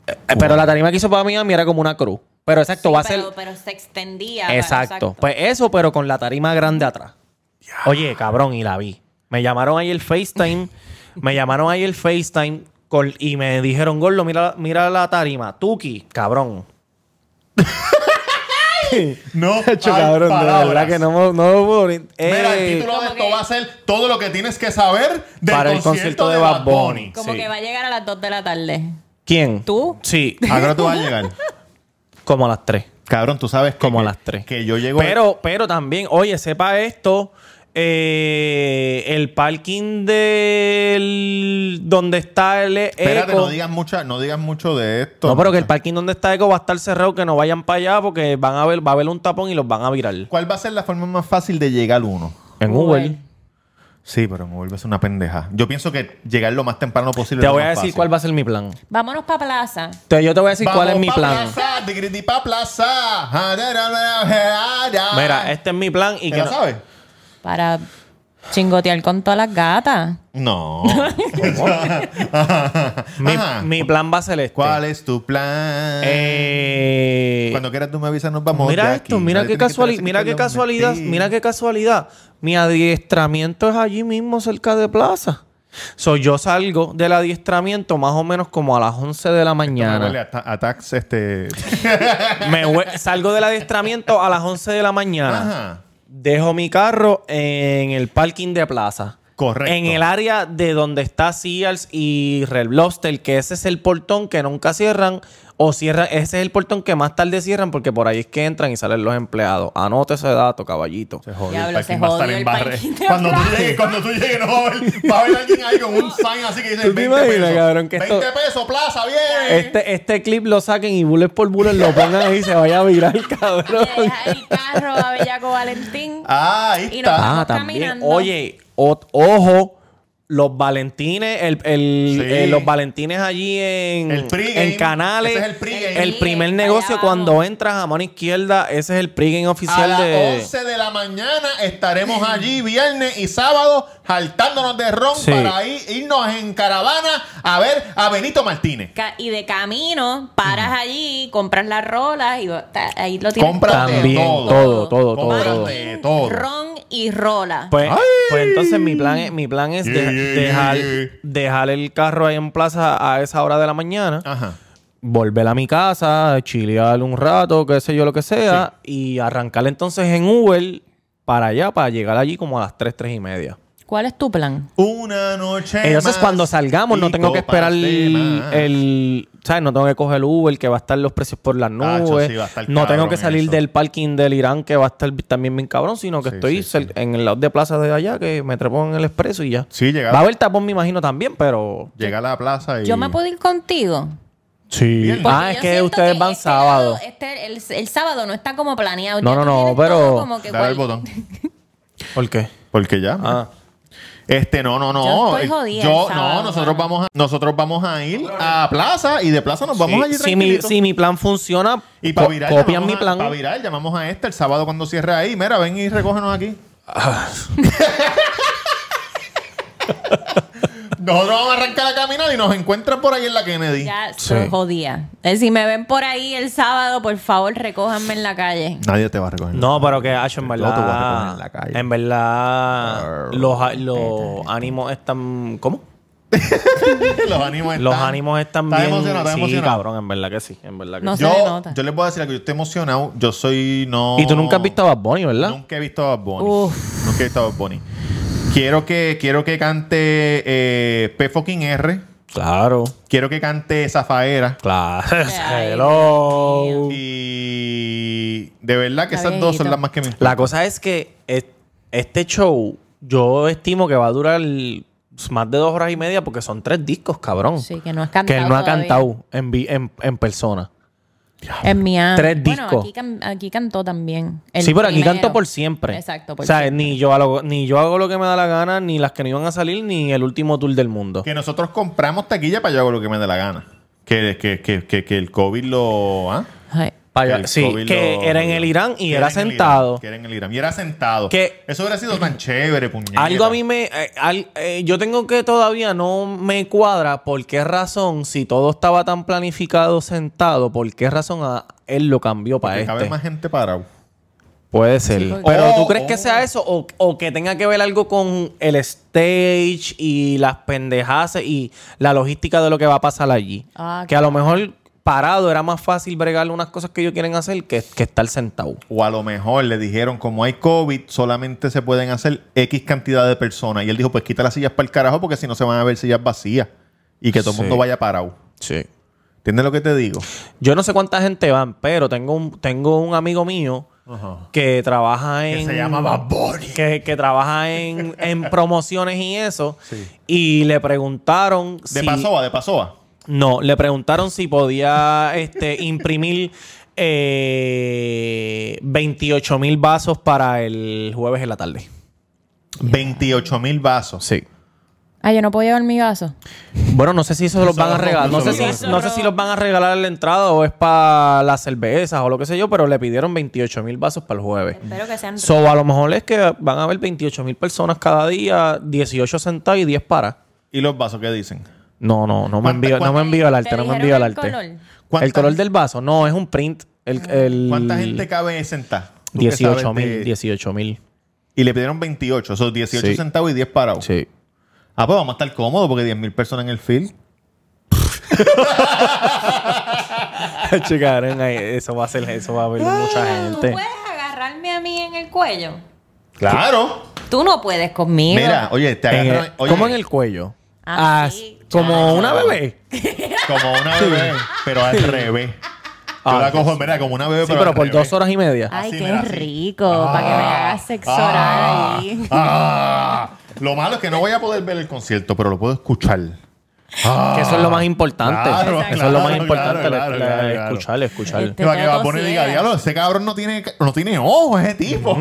Eh, Pero la tarima que hizo para Miami era como una cruz. Pero exacto, va a ser. pero, pero se extendía. exacto. Pues eso, pero con la tarima grande atrás. Oye, cabrón, y la vi. Me llamaron ahí el FaceTime. me llamaron ahí el FaceTime col- y me dijeron, Gordo, mira, mira la tarima. Tuki, cabrón. No, Hecho, hay cabrón, palabras. de verdad que no, me- no me puedo ni- Mira, Eh, el título de esto va a ser todo lo que tienes que saber del Para el concierto, de, Bad Bunny. Como sí. que va a llegar a las 2 de la tarde. ¿Quién? ¿Tú? Sí, ¿A qué hora tú vas a llegar? como a las 3. Cabrón, tú sabes que- Como a que- las tres. Que yo llego. Pero, pero también, oye, sepa esto. eh, el parking del donde está el eco. Espérate, no digas, mucha, no digas mucho de esto. No, pero que el parking donde está eco va a estar cerrado, que no vayan para allá porque van a ver, va a haber un tapón y los van a virar. ¿Cuál va a ser la forma más fácil de llegar uno? En Uber. Uber. Sí, pero me vuelves una pendeja. Yo pienso que llegar lo más temprano posible. Te voy a decir cuál va a ser mi plan. Vámonos para plaza. Te- yo te voy a decir cuál es mi plan. Plaza, digridi pa plaza. Mira, Mira, este es mi plan y que ¿Ya no- sabes? Para chingotear con todas las gatas. No. mi, Ajá. mi plan va a ser este. ¿Cuál es tu plan? Eh, Cuando quieras tú me avisas, nos vamos. Mira Jackie. esto, mira Nadie tiene qué, que casuali- enterarse mira que qué te lo casualidad, metí. mira qué casualidad. Mi adiestramiento es allí mismo cerca de plaza. So, yo salgo del adiestramiento más o menos como a las 11 de la Me huele mañana. a, ta- a tax, este. Me hue- salgo del adiestramiento a las 11 de la mañana. Ajá. Dejo mi carro en el parking de plaza. Correcto. En el área de donde está Sears y Red Lobster, que ese es el portón que nunca cierran o cierran. Ese es el portón que más tarde cierran porque por ahí es que entran y salen los empleados. Anote ese dato, caballito. Se jodió, Diablo, el parking se va a estar jodió en el barre. parking de Cuando tú atrás. llegues, cuando tú llegues, no va a haber, va a haber alguien ahí con un sign así que dice ¿Tú te 20 imaginas, pesos. cabrón, que esto- 20 pesos, plaza, bien. Este, este clip lo saquen y bullet por bullet lo pongan ahí y se vaya a virar, Le cabrón. dejas el carro a Bellaco Valentín. Ah, ahí Y nos está. vamos Ah, también. caminando. Oye, o- ojo, los Valentines, el, el- Sí. eh, los Valentines allí en, El pregame. en canales. Ese es el pregame. El primer Allá negocio, abajo. cuando entras a mano izquierda, ese es el pregame A oficial las de. 11 de la mañana estaremos allí viernes y sábado jaltándonos de ron Sí. para ahí, irnos en caravana a ver a Benito Martínez. Ca- Y de camino Mm. paras allí, compras las rolas y va- ta- ahí lo tienes. Compras todo. También, todo, todo, todo, todo, Compras todo. de Martín, todo. Ron y rola. Pues, pues entonces mi plan es, mi plan es Yeah, deja- yeah, yeah, dejar, yeah. dejar el carro ahí en plaza a esa hora de la mañana. Ajá. volver a mi casa, chilear un rato, qué sé yo, lo que sea, y arrancar entonces en Uber para allá, para llegar allí como a las 3, 3 y media. ¿Cuál es tu plan? Una noche. Entonces más cuando salgamos no y tengo que copas esperar de el, más. el- ¿sabes? No tengo que coger el Uber, que va a estar los precios por las Tacho, nubes. sí, va a estar no tengo cabrón que salir eso. del parking del Irán, que va a estar también bien cabrón, sino que Sí, estoy sí, cer- en el lado de plaza de allá, que me trepo en el expreso y ya. Sí, llega- Va a haber tapón, me imagino, también, pero... Llega a la plaza y. Yo me puedo ir contigo. Sí. Bien. Ah, Porque es yo que siento ustedes van este sábado. lado- este- el, el sábado no está como planeado. No, Ya no, tú no, tienes pero- todo como que Dale al cual- botón. ¿Por qué? Porque ya. Ah. Este, no, no, no. Yo estoy jodida Yo- el sábado, no, nosotros mano. vamos, a, nosotros vamos a ir a plaza y de plaza nos vamos allí Sí, si, mi, tranquilitos. si mi plan funciona, y para co- virar, copian mi plan. Para virar, llamamos a este el sábado cuando cierre ahí. Mira, ven y recógenos aquí. Ah. nosotros vamos a arrancar a caminar y nos encuentran por ahí en la Kennedy. Ya Sí. se jodía. Eh, Si me ven por ahí el sábado, por favor, recójanme en la calle. Nadie te va a recoger. No, pero que Acho, en Yo te voy a recoger verdad. en En, la calle. verdad, los, los ánimos están. ¿Cómo? los ánimos están. Los ánimos están Está bien. emocionado, está sí, emocionado. cabrón, en verdad que sí. En verdad que No sí. Se Yo, denota. yo les voy a decir algo. Yo estoy emocionado. Yo soy no. Y tú nunca has visto a Bad Bunny, ¿verdad? Nunca he visto a Bad Bunny. Uf. Nunca he visto a Bad Bunny. Quiero que, quiero que cante eh, P fucking R. Claro. Quiero que cante Zafaera. Claro. Ay, Dios Hello. mío. Y de verdad que Está esas dos son viejito. las más que me importan. La cosa es que es- este show, yo estimo que va a durar más de dos horas y media porque son tres discos, cabrón. Sí, que no has cantado. que él no ha todavía. cantado en, vi- en, en persona. En Miami. Tres Bueno, discos. aquí, can- aquí cantó también. El sí, pero aquí primero. canto por siempre. Exacto, por O sea, siempre. Ni, yo hago, ni yo hago lo que me da la gana, ni las que no iban a salir, ni el último tour del mundo. Que nosotros compramos taquilla para yo hago lo que me dé la gana. Que, que, que, que, que el COVID lo. ¿ah? Ay. Para el allá. Sí, COVID que lo- era en el Irán y Que era en el sentado. Irán, que era en el Irán. Y era sentado. Que- Eso hubiera sido tan chévere, puñeta. Algo a mí me... eh, al- eh, yo tengo que todavía no me cuadra por qué razón, si todo estaba tan planificado sentado, por qué razón a él lo cambió para Que este. cabe más gente parado. Puede ser. porque- Pero Oh, ¿tú crees oh. que sea eso o, o que tenga que ver algo con el stage y las pendejadas y la logística de lo que va a pasar allí? Ah, que a lo mejor parado era más fácil bregar unas cosas que ellos quieren hacer que, que estar sentado. O a lo mejor le dijeron, como hay COVID, solamente se pueden hacer X cantidad de personas. Y él dijo, pues quita las sillas para el carajo porque si no se van a ver sillas vacías. Y que todo el Sí. mundo vaya parado. Sí. ¿Entiendes lo que te digo? Yo no sé cuánta gente van, pero tengo un, tengo un amigo mío que trabaja en... Bunny. que, que trabaja en, en promociones y eso. Y le preguntaron De si- Pasoa, de Pasoa. No, le preguntaron si podía este, imprimir eh, 28 mil vasos para el jueves en la tarde. 28 mil vasos. Sí. Ah, yo no puedo llevar mi vaso. Bueno, no sé si eso los Eso van a lo- regalar. No eso sé, lo- si, no sé si los van a regalar en la entrada o es para las cervezas o lo que sé yo, pero le pidieron 28 mil vasos para el jueves. Espero que sean. So, a lo mejor es que van a haber 28 mil personas cada día, 18 sentados y 10 para. ¿Y los vasos qué dicen? No, no, no me ¿Cuánta- envío, no cuánta- me envío el arte, ¿Te no me dijeron envío el el arte. color? ¿Cuánta El color gente- del vaso, no, es un print. El, el- ¿Cuánta gente cabe sentada? Tú que sabes 18 de- mil, 18 mil. Y le pidieron 28. Esos 18 Sí. centavos y 10 parados. Sí. Ah, pues vamos a estar cómodos porque 10 mil personas en el field. Checaron ahí, eso va a ser, eso va a haber mucha Ah, gente. agarrarme a mí en el cuello? ¡Claro! Tú no puedes conmigo. Mira, oye, te En agarran... el- oye, ¿Cómo en el cuello? Ah, Ah, sí, como una bebé. Como una bebé, pero al revés. Yo Ah, la cojo, mira, como una bebé, Sí, pero al por revés. dos horas y media. Ay, Así, qué mira, así. rico. Ah. para que me hagas sexo oral Ah, ahí. ah. Lo malo es que no voy a poder ver el concierto, pero lo puedo escuchar. Ah. que eso es lo más importante. Claro, eso es lo más claro, importante, claro, la- la- claro, claro. escuchar, escuchar. Este- Te Que va que quedo va a poner y diga, ciega. diablo, ese cabrón no tiene, no tiene ojos, ese tipo.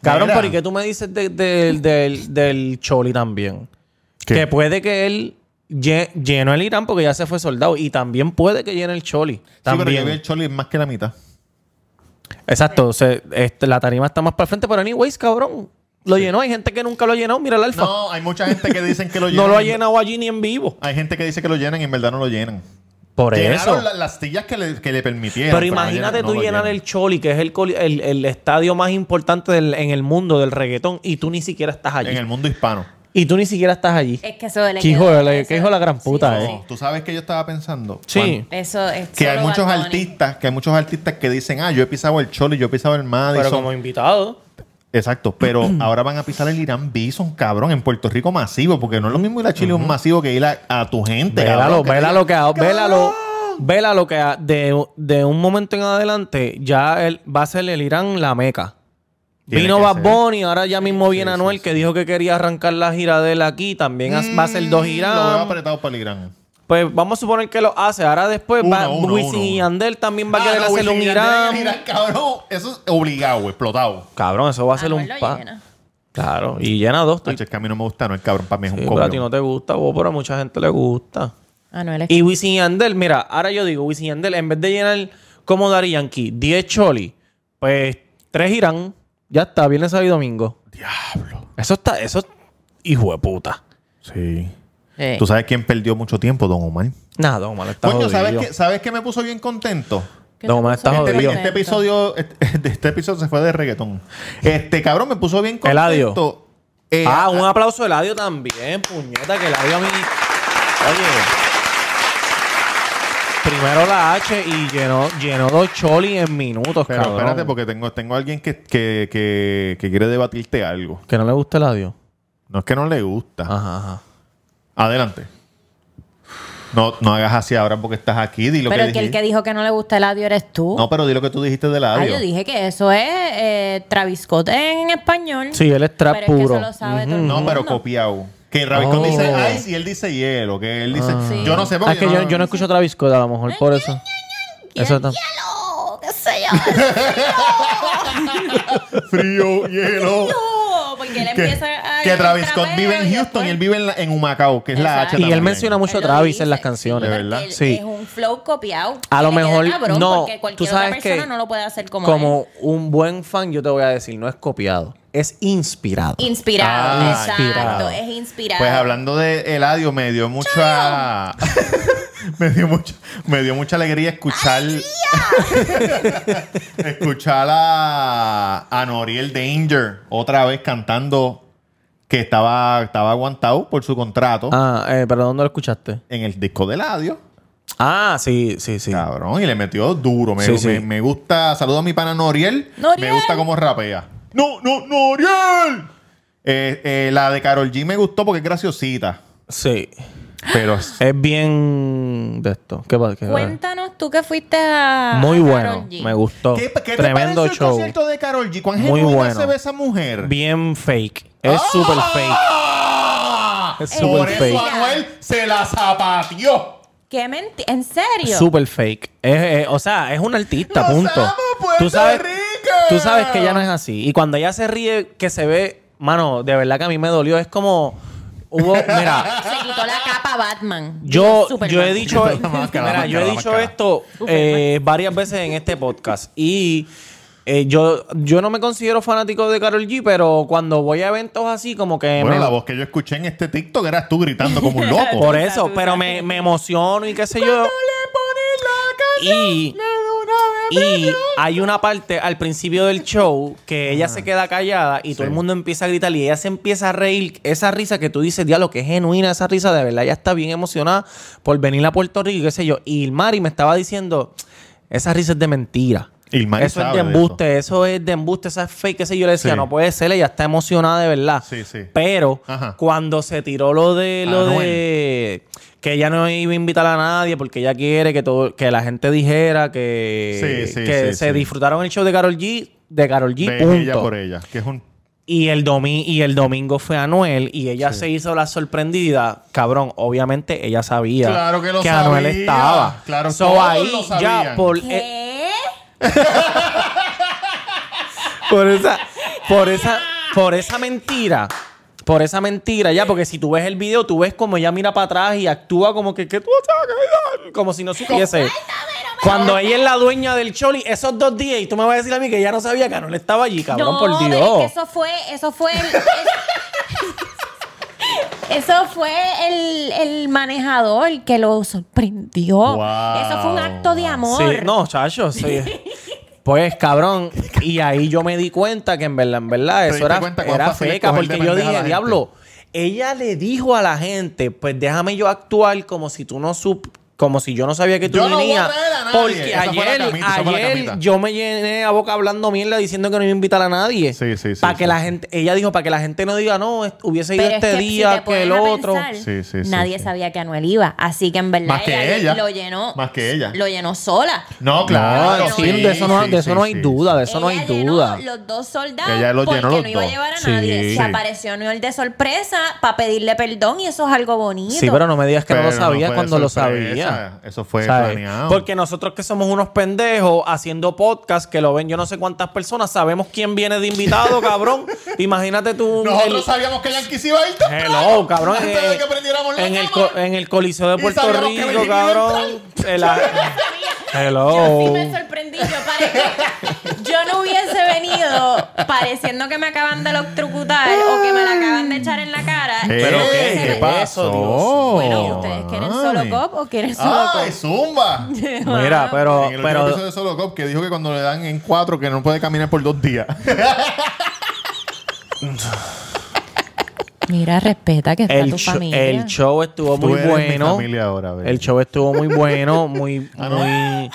Cabrón, Mira. pero ¿y qué tú me dices de- del- del- del Choli también? ¿Qué? Que puede que él lle- llenó el Irán porque ya se fue soldado. Y también puede que llene el Choli. Sí, pero yo También. vi el Choli más que la mitad. Exacto. se- este, la tarima está más para el frente. Pero anyways, cabrón. Lo llenó. Hay gente que nunca lo ha llenado. Mira el alfa. No, No, hay mucha gente que dicen que lo llenan. lo ha llenado allí ni en vivo. Hay gente que dice que lo llenan y en verdad no lo llenan. Por Llenaron eso. la- las sillas que le, que le permitieron. Pero no imagínate llenan- no tú lo llenar llenan. el Choli, que es el, coli- el- el estadio más importante del- en el mundo del reggaetón, y tú ni siquiera estás allí. En el mundo hispano. Y tú ni siquiera estás allí. Es que eso de Qué hijo de la- qué hijo de la gran puta, eh. Tú sabes que yo estaba pensando. Juan, Sí. Eso es que hay solo muchos Bad Bunny. artistas, que hay muchos artistas que dicen, ah, yo he pisado el Choli, yo he pisado el Madison. Pero como invitado. Exacto, pero ahora van a pisar el Irán Bison, cabrón, en Puerto Rico masivo, porque no es lo mismo ir a Chile un masivo que ir a, a tu gente. Vélalo, cabrón, que te vélalo digan, que ha- "Cabrón". vélalo, vélalo que ha- de, de un momento en adelante ya él, va a ser el Irán la meca. Tiene Vino que Bad ser. Bunny, ahora ya mismo viene Anuel que dijo que quería arrancar la gira de él aquí, también ha- va a ser Mm, Lo dos veo Irán. apretado para el Irán. Pues vamos a suponer que lo hace, ahora después va Uno, uno, Wisin uno, y uno. Yandel también va a querer Ah, no, hacer Wisin un y Yandel, Irán. Irán, cabrón, eso es obligado, explotado. Cabrón, eso va a Ah, ser no, un lo pa. llena. Claro, y llena dos. tú- Tacho, es que a mí no me gusta, no, el cabrón, para mí es Sí, un pero a ti cobro. no te gusta, vos, pero a mucha gente le gusta. Ah, no, él es- Y Wisin y Yandel, mira, ahora yo digo, Wisin y Yandel, en vez de llenar como Dari Yankee, 10 Choli, pues 3 irán, ya está, viernes, sábado y domingo. Diablo. Eso está, eso, hijo de puta. Sí. Sí. ¿Tú sabes quién perdió mucho tiempo, Don Omar? Nada, Don Omar está Coño, ¿sabes jodido. qué, ¿sabes qué me puso bien contento? ¿Qué No, te man, puso estás en Este, jodido. este contento? episodio este, este episodio se fue de reggaetón. Este cabrón me puso bien contento. Eladio. Eh, Ah, un aplauso a Eladio también, puñeta, que Eladio a mí. Oye. Primero la H y llenó, llenó dos cholis en minutos, Pero cabrón. espérate, porque tengo, tengo alguien que, que, que, que quiere debatirte algo. Que no le gusta Eladio. No es que no le gusta. Ajá, ajá. Adelante. No, no hagas así ahora porque estás aquí. Di lo Pero que, que el dijiste. que dijo que no le gusta el audio eres tú. No, pero di lo que tú dijiste del Ah, yo audio. dije que eso es eh, Travis Scott en español. Sí, él es trap pero es puro. que eso lo sabe todo el mundo. No, pero copiado. Que Rabicón Oh. dice ice y él dice hielo. Que él dice. Sí. Yo no sé Ah, porque es que yo, yo no escucho Travis Scott, a lo mejor por eso. Eso tam- ¡Hielo! ¡Qué sé yo! Frío, hielo. ¡No! Porque él que, empieza a... que Travis Scott vive en Houston y él vive en, la- en Humacao, que es la H Exacto. Y él también. menciona mucho a Travis en las canciones. De verdad. Sí. Sí. Es un flow copiado. A lo Le queda mejor cabrón no, Porque tú cualquier sabes otra persona que- no lo puede hacer como, él. Como un buen fan, yo te voy a decir, no es copiado, es inspirado. Inspirado. Ah, exacto. inspirado. Es inspirado. Pues hablando de Eladio, me dio mucha. me, dio mucha me dio mucha alegría escuchar. escuchar a, a Noriel Danger otra vez cantando que estaba, estaba aguantado por su contrato Ah, eh, pero ¿dónde lo escuchaste? en el disco de Eladio. Ah, sí, sí, sí. Cabrón, y le metió duro. Me, Sí, sí. me- me gusta. Saludo a mi pana Noriel. Noriel. Me gusta cómo rapea. ¡No, no, Noriel! Eh, eh, la de Carol G me gustó porque es graciosita. Sí. Pero Es bien de esto. ¿Qué pasa? ¿Qué- Cuéntanos tú que fuiste a. Muy a bueno. Karol G. Me gustó. ¿Qué, qué Oh, Tremendo te pareció el show. concierto de Carol G? ¿Cuán Muy genuina bueno. se ve esa mujer? Bien fake. Es ¡Oh! súper fake. ¡Ah! Es Por súper eso fake. Anuel se la zapateó. ¿Qué menti- ¿En serio? Súper fake. Es, eh, o sea, es un artista, ¡Nos punto. amo, Puerto tú sabes, Rico! tú sabes que ella no es así. Y cuando ella se ríe, que se ve, mano, de verdad que a mí me dolió. Es como hubo, mira, Se quitó la capa Batman. yo, Superman. yo he dicho, La máscara, la mira, yo he máscara, la dicho máscara. esto eh, varias veces en este podcast y eh, yo, yo no me considero fanático de Carol G, pero cuando voy a eventos así como que Bueno, me- la voz que yo escuché en este TikTok eras tú gritando como un loco. por Tú eso, sabes, tú pero sabes. me, me emociono y qué sé yo. Y, y hay una parte al principio del show que ella se queda callada y todo el mundo empieza a gritar y ella se empieza a reír. Esa risa que tú dices, diablo, que es genuina esa risa, de verdad, ella está bien emocionada por venir a Puerto Rico y qué sé yo. Y Mari me estaba diciendo, esa risa es de mentira. Ilmari eso es sabe de de embuste, eso. es de embuste, esa es fake, qué sé yo. Yo Le decía, Sí. no puede ser, ella está emocionada de verdad. Sí, sí. Pero Ajá. Ah, cuando se tiró lo de lo Anuel. de que ella no iba a invitar a nadie porque ella quiere que todo que la gente dijera que, Sí, sí, Eh, que sí, se sí. disfrutaron el show de Carol G de Carol G De punto. ella por e- ella, que es un y el domi y el domingo fue Anuel y ella se hizo la sorprendida cabrón obviamente ella sabía Claro que lo Anuel sabía. estaba Claro, So, todos ahí lo ya sabían. por eh, ¿Qué? por esa por esa por esa mentira por esa mentira ya porque si tú ves el video tú ves como ella mira para atrás y actúa como que, que tú sabes, como si no supiese cuando ella es la dueña del choli esos dos días y tú me vas a decir a mí que ella no sabía que Anuel estaba allí cabrón no, por pero Dios es que eso fue. Eso fue. el- es- Eso fue el, el manejador que lo sorprendió. Wow. Eso fue un acto de amor. Sí, no, chacho, sí. Pues cabrón, y ahí yo me di cuenta que en verdad, en verdad, ¿Te eso diste era, cuenta cuán era fácil es feca, coger de porque yo pendeja a la dije, gente? diablo, ella le dijo a la gente, pues déjame yo actuar como si tú no sup como si yo no sabía que tú Yo no voy a venías. traer a nadie. porque Esa fue la ayer, camita, esa fue la ayer camita. yo me llené a boca hablando mierda diciendo que no iba a invitar a nadie. Sí, sí, sí, Para que sí. la gente, ella dijo, para que la gente no diga, no, est- hubiese ido Pero es este que si día, te que el pones a otro. pensar, Sí, sí, sí, nadie sí. sabía que Anuel iba. Así que en verdad Más que ella. lo llenó. Más que ella. Lo llenó sola. No, Claro, claro. sí, de eso no, sí, de eso sí, no hay sí, duda, de eso no hay Ella llenó duda. Los dos soldados. Ella los porque llenó los no iba a dos. llevar a Sí. nadie. Se Sí. apareció Anuel de sorpresa para pedirle perdón y eso es algo bonito. Sí, pero no me digas que no lo Pero no sabía fue de cuando lo sorpresa, sabía. eso fue planeado. Porque nosotros que somos unos pendejos haciendo podcast que lo ven yo no sé cuántas personas, sabemos quién viene de invitado, cabrón. Imagínate tú. Nosotros el- sabíamos que Yankee se iba a ir Hello, cabrón. Antes de eh, que prendiéramos la en, el cámara. co- eh, en el Coliseo de Y Puerto sabíamos que Rico, Virgil iba a cabrón. Se la- Yo sí Hello. me sorprendí. Yo, parecía- yo no hubiese venido pareciendo que me acaban de electrocutar o que me la acaban de echar en la cara. Pero, Yo ¿qué? hubiese ¿Qué venido- pasó? Ah, Bueno, ¿y ustedes quieren solo cop o quieren solo ¡Ay, cop? zumba! Mira, pero, en el último pero episodio de Solo Cop, que dijo que cuando le dan en cuatro, que no puede caminar por dos días. Mira, respeta que está El, tu sho- familia. el show estuvo Tú muy eres mi bueno. familia ahora, baby. el show estuvo muy bueno, muy, no. muy.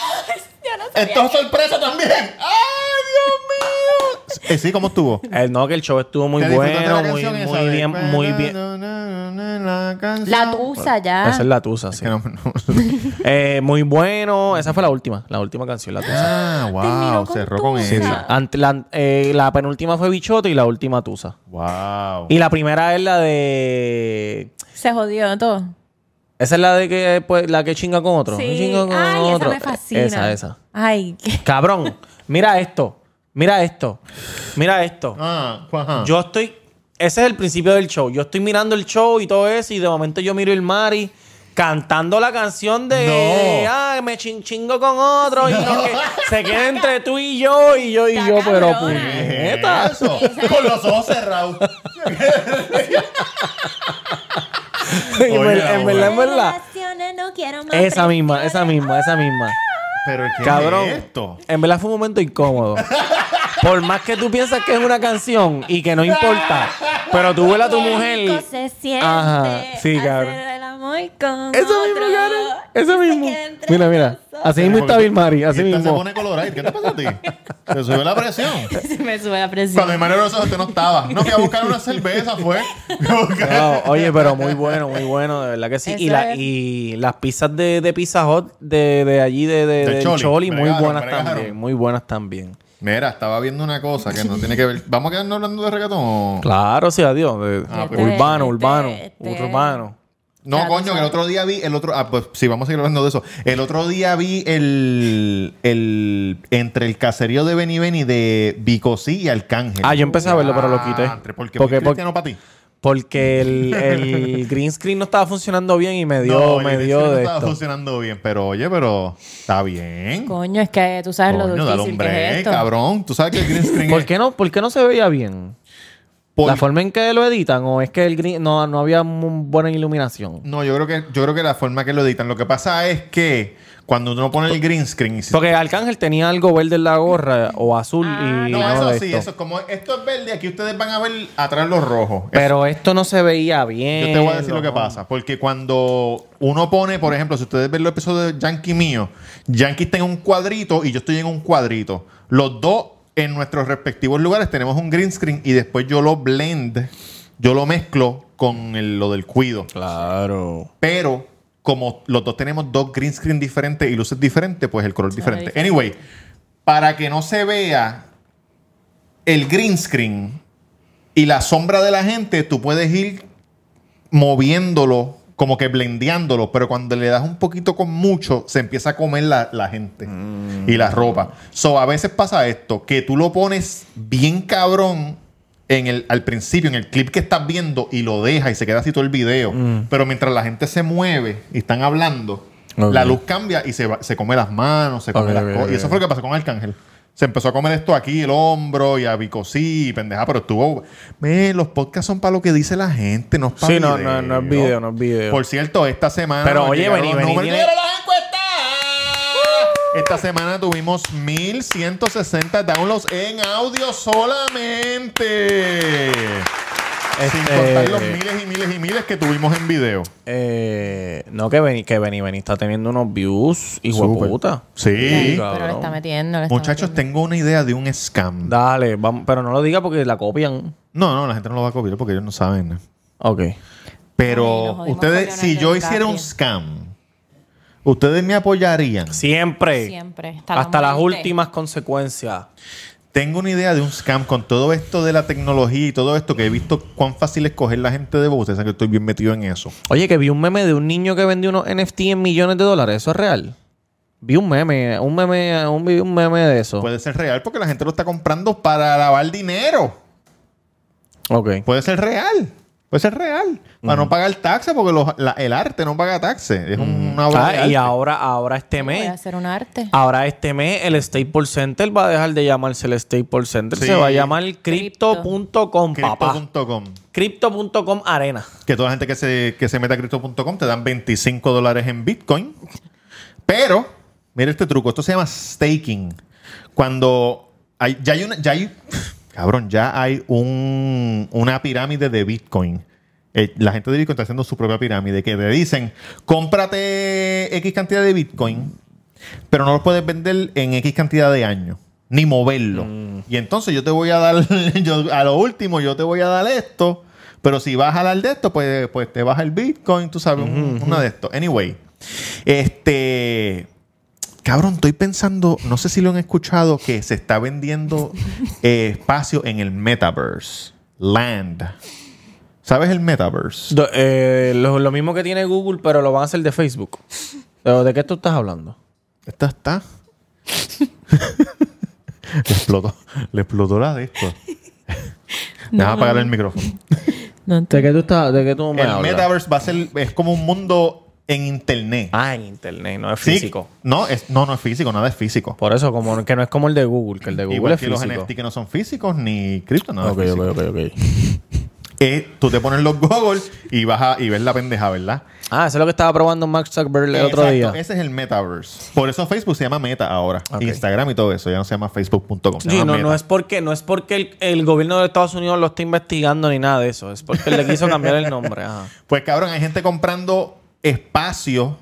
¡Esto es sorpresa también! ¡Ay, Dios mío! Eh, sí, ¿cómo estuvo? El, no, que el show estuvo muy ¿Te disfrutaste bueno, la muy, canción esa muy de- bien, muy bien. La canción? La tusa ya. Esa es la tusa, sí. Que no- no- Eh, muy bueno. Esa fue la última, la última canción, la tusa. Ah, wow, con cerró con tusa. esa. Ante- la, eh, la penúltima fue Bichote y la última tusa. Wow. Y la primera es la de. Se jodió todo. Esa es la de que pues, la que chinga con otro. Chinga con Ay, otro. esa me fascina. Esa, esa. Ay, qué- Cabrón, mira esto. Mira esto. Mira esto. Ah, ajá. Yo estoy. Ese es el principio del show. Yo estoy mirando el show y todo eso, y de momento yo miro el Mari cantando la canción de. No. Ay, me chin- chingo con otro. Y no, que se queda entre tú y yo, y yo, y Está yo, pero cabrona. puñeta. Eso, con los ojos cerrados. En Oye, verdad, en verdad, en verdad. Relaciones, no quiero más Esa misma, presiones. esa misma, esa misma. Pero ¿qué Cabrón. es esto? En verdad fue un momento incómodo. Por más que tú piensas que es una canción y que no importa, pero tú vuelas a tu Qué mujer. rico se siente Ajá, sí, hacer cabrón. el amor con Eso mismo, otro. Karen. Y se Eso mismo. queda entre Mira, mira. nosotros. Así mismo está Bill Murray. Así Y esta Se mismo. pone colorada. ¿Qué te pasa a ti? Se subió la presión. Se me sube la presión. Cuando mi madre los ojos, usted no estaba. No, fui a buscar una cerveza, fue. Fui a buscar- Wow, oye, pero muy bueno, muy bueno, de verdad que sí. Y, Eso la, es. y las pizzas de, de Pizza Hut de, de allí, de, de, De del Choli. Choli, muy Bregaron, buenas bregaron. también. Muy buenas también. Este, Mira, estaba viendo una cosa que no tiene que ver. ¿Vamos a quedarnos hablando de reggaetón? Claro, sí, adiós. de- Ah, pues. urbano, Este, urbano, este. urbano. No, Claro, coño, que el otro día vi el otro. Ah, pues sí, vamos a seguir hablando de eso. El otro día vi el. el entre el caserío de Beni Beni de Bicosí y Arcángel. Ah, yo empecé a verlo, pero lo quité. Ah, ¿Por qué? Porque- Porque, por- cristiano para ti. Porque el, el green screen no estaba funcionando bien y me dio, No, me el dio disco no de estaba esto. funcionando bien, pero oye, pero está bien. Coño, es que tú sabes lo Coño, dale difícil hombre, que es esto. cabrón. Tú sabes que el green screen ¿Por es- qué no, por qué no se veía bien? por- ¿La forma en que lo editan o es que el green no, no había mu- buena iluminación? No, yo creo que yo creo que la forma que lo editan. Lo que pasa es que cuando uno pone el green screen y se- Porque Arcángel tenía algo verde en la gorra o azul y Ah, No, no eso de sí, esto. eso es como esto es verde, aquí ustedes van a ver atrás los rojos. Eso- Pero esto no se veía bien. yo te voy a decir lo que no. pasa, porque cuando uno pone, por ejemplo, si ustedes ven los episodios de Yankee mío, Yankee está en un cuadrito y yo estoy en un cuadrito. Los dos en nuestros respectivos lugares tenemos un green screen y después yo lo blend, yo lo mezclo con el- lo del cuido. Claro. Pero como los dos tenemos dos green screen diferentes y luces diferentes, pues el color diferente. diferente. Anyway, para que no se vea el green screen y la sombra de la gente, tú puedes ir moviéndolo, como que blendeándolo, pero cuando le das un poquito con mucho, se empieza a comer la, la gente y la ropa. So, a veces pasa esto, que tú lo pones bien cabrón en el, al principio, en el clip que estás viendo, y lo dejas y se queda así todo el video. Pero mientras la gente se mueve y están hablando, Ok. la luz cambia y se, va- se come las manos, se come Ok, las ok, cosas. ok. Y eso fue lo que pasó con Arcángel. Se empezó a comer esto aquí, el hombro y a bicosí y pendeja, pero estuvo. "Men, los podcasts son para lo que dice la gente, no es para Sí, no, no, no es video, no es video. Por cierto, esta semana. Pero, oye, llegaron vení, los vení, números- tiene- ¡Llegaron las encuestas! Esta semana tuvimos 1160 downloads en audio solamente. Sin Este- contar los miles y miles y miles que tuvimos en video. Eh, no, que Benny, que Benny, Benny está teniendo unos views, hijo de Súper. puta. Sí. Ay, pero le está metiendo. le está Muchachos, metiendo. tengo una idea de un scam. Dale, vamos, pero no lo diga porque la copian. No, no, la gente no lo va a copiar porque ellos no saben. Ok. Ay, nos Pero jodimos ustedes, con si Leonardo yo hiciera un DiCaprio. scam, ustedes me apoyarían. Siempre. Siempre. Hasta, la Hasta las muerte. últimas consecuencias. Tengo una idea de un scam con todo esto de la tecnología y todo esto que he visto cuán fácil es coger la gente de voz. Ustedes saben que estoy bien metido en eso. Oye, que vi un meme de un niño que vendió unos NFT en millones de dólares. ¿Eso es real? Vi un meme, un meme, un, vi un meme de eso. Puede ser real porque la gente lo está comprando para lavar dinero. ok. Puede ser real. Puede ser real. Para no pagar taxes porque los- la- el arte no paga taxes. Es un- una obra. de Ah, arte. y ahora, ahora este Voy a mes, hacer un arte. ahora este mes, el Staples Center va a dejar de llamarse el Staples Center. Sí. Se va a llamar Crypto.com, papá. Crypto.com. Crypto.com Arena. Que toda la gente que se, que se meta a Crypto.com te dan 25 dólares en Bitcoin. Pero, mira este truco, esto se llama staking. Cuando hay, ya hay una, ya hay, cabrón, ya hay un, una pirámide de Bitcoin eh, la gente de Bitcoin está haciendo su propia pirámide, que te dicen, cómprate X cantidad de Bitcoin, pero no lo puedes vender en X cantidad de años, ni moverlo. Y entonces yo te voy a dar, yo- a lo último, yo te voy a dar esto, pero si vas a dar de esto, pues, pues te baja el Bitcoin, tú sabes, un- una de esto. Anyway, este... Cabrón, estoy pensando, no sé si lo han escuchado, que se está vendiendo eh, espacio en el metaverse. Land. ¿Sabes el metaverse? Do- eh, lo, lo mismo que tiene Google, pero lo van a hacer de Facebook. Pero, ¿De qué tú estás hablando? Esta está. le explotó. Le explotó la de esto. Deja apagar el micrófono. ¿De qué tú, estás, de qué tú me el hablas? metaverse va a ser. Es como un mundo en internet. Ah, en internet, no es Sí, físico. No, es, no, no es físico, nada es físico. Por eso, como que no es como el de Google, que el de Google Igual es que físico. los NFT que no son físicos ni cripto, nada. es Ok, físico. ok, ok, ok. Eh, tú te pones los goggles y vas a, y ves la pendeja, ¿verdad? Ah, eso es lo que estaba probando Mark Zuckerberg el otro Exacto, día. Ese es el metaverse. Por eso Facebook se llama Meta ahora. Ok. Instagram y todo eso. Ya no se llama Facebook.com. se Sí, llama no, Meta. no es porque, no es porque el, el gobierno de Estados Unidos lo está investigando ni nada de eso. Es porque le quiso cambiar el nombre. Ajá. Pues cabrón, hay gente comprando espacio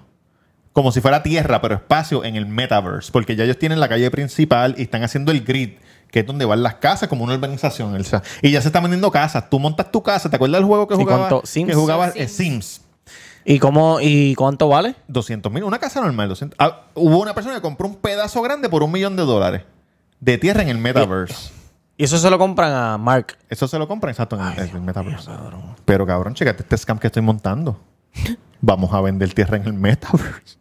como si fuera tierra, pero espacio en el metaverse. Porque ya ellos tienen la calle principal y están haciendo el grid, que es donde van las casas, como una urbanización. o sea, y ya se están vendiendo casas. Tú montas tu casa. ¿Te acuerdas del juego que ¿Y jugabas? cuánto? ¿Sims? Que jugabas Sims. eh, Sims. ¿Y cómo, y cuánto vale? 200 mil, una casa normal. 200. Ah, hubo una persona que compró un pedazo grande por un millón de dólares de tierra en el metaverse. Y eso se lo compran a Mark. Eso se lo compran, exacto, en el- en el metaverse. Pero cabrón, checate este scam que estoy montando. Vamos a vender tierra en el metaverse.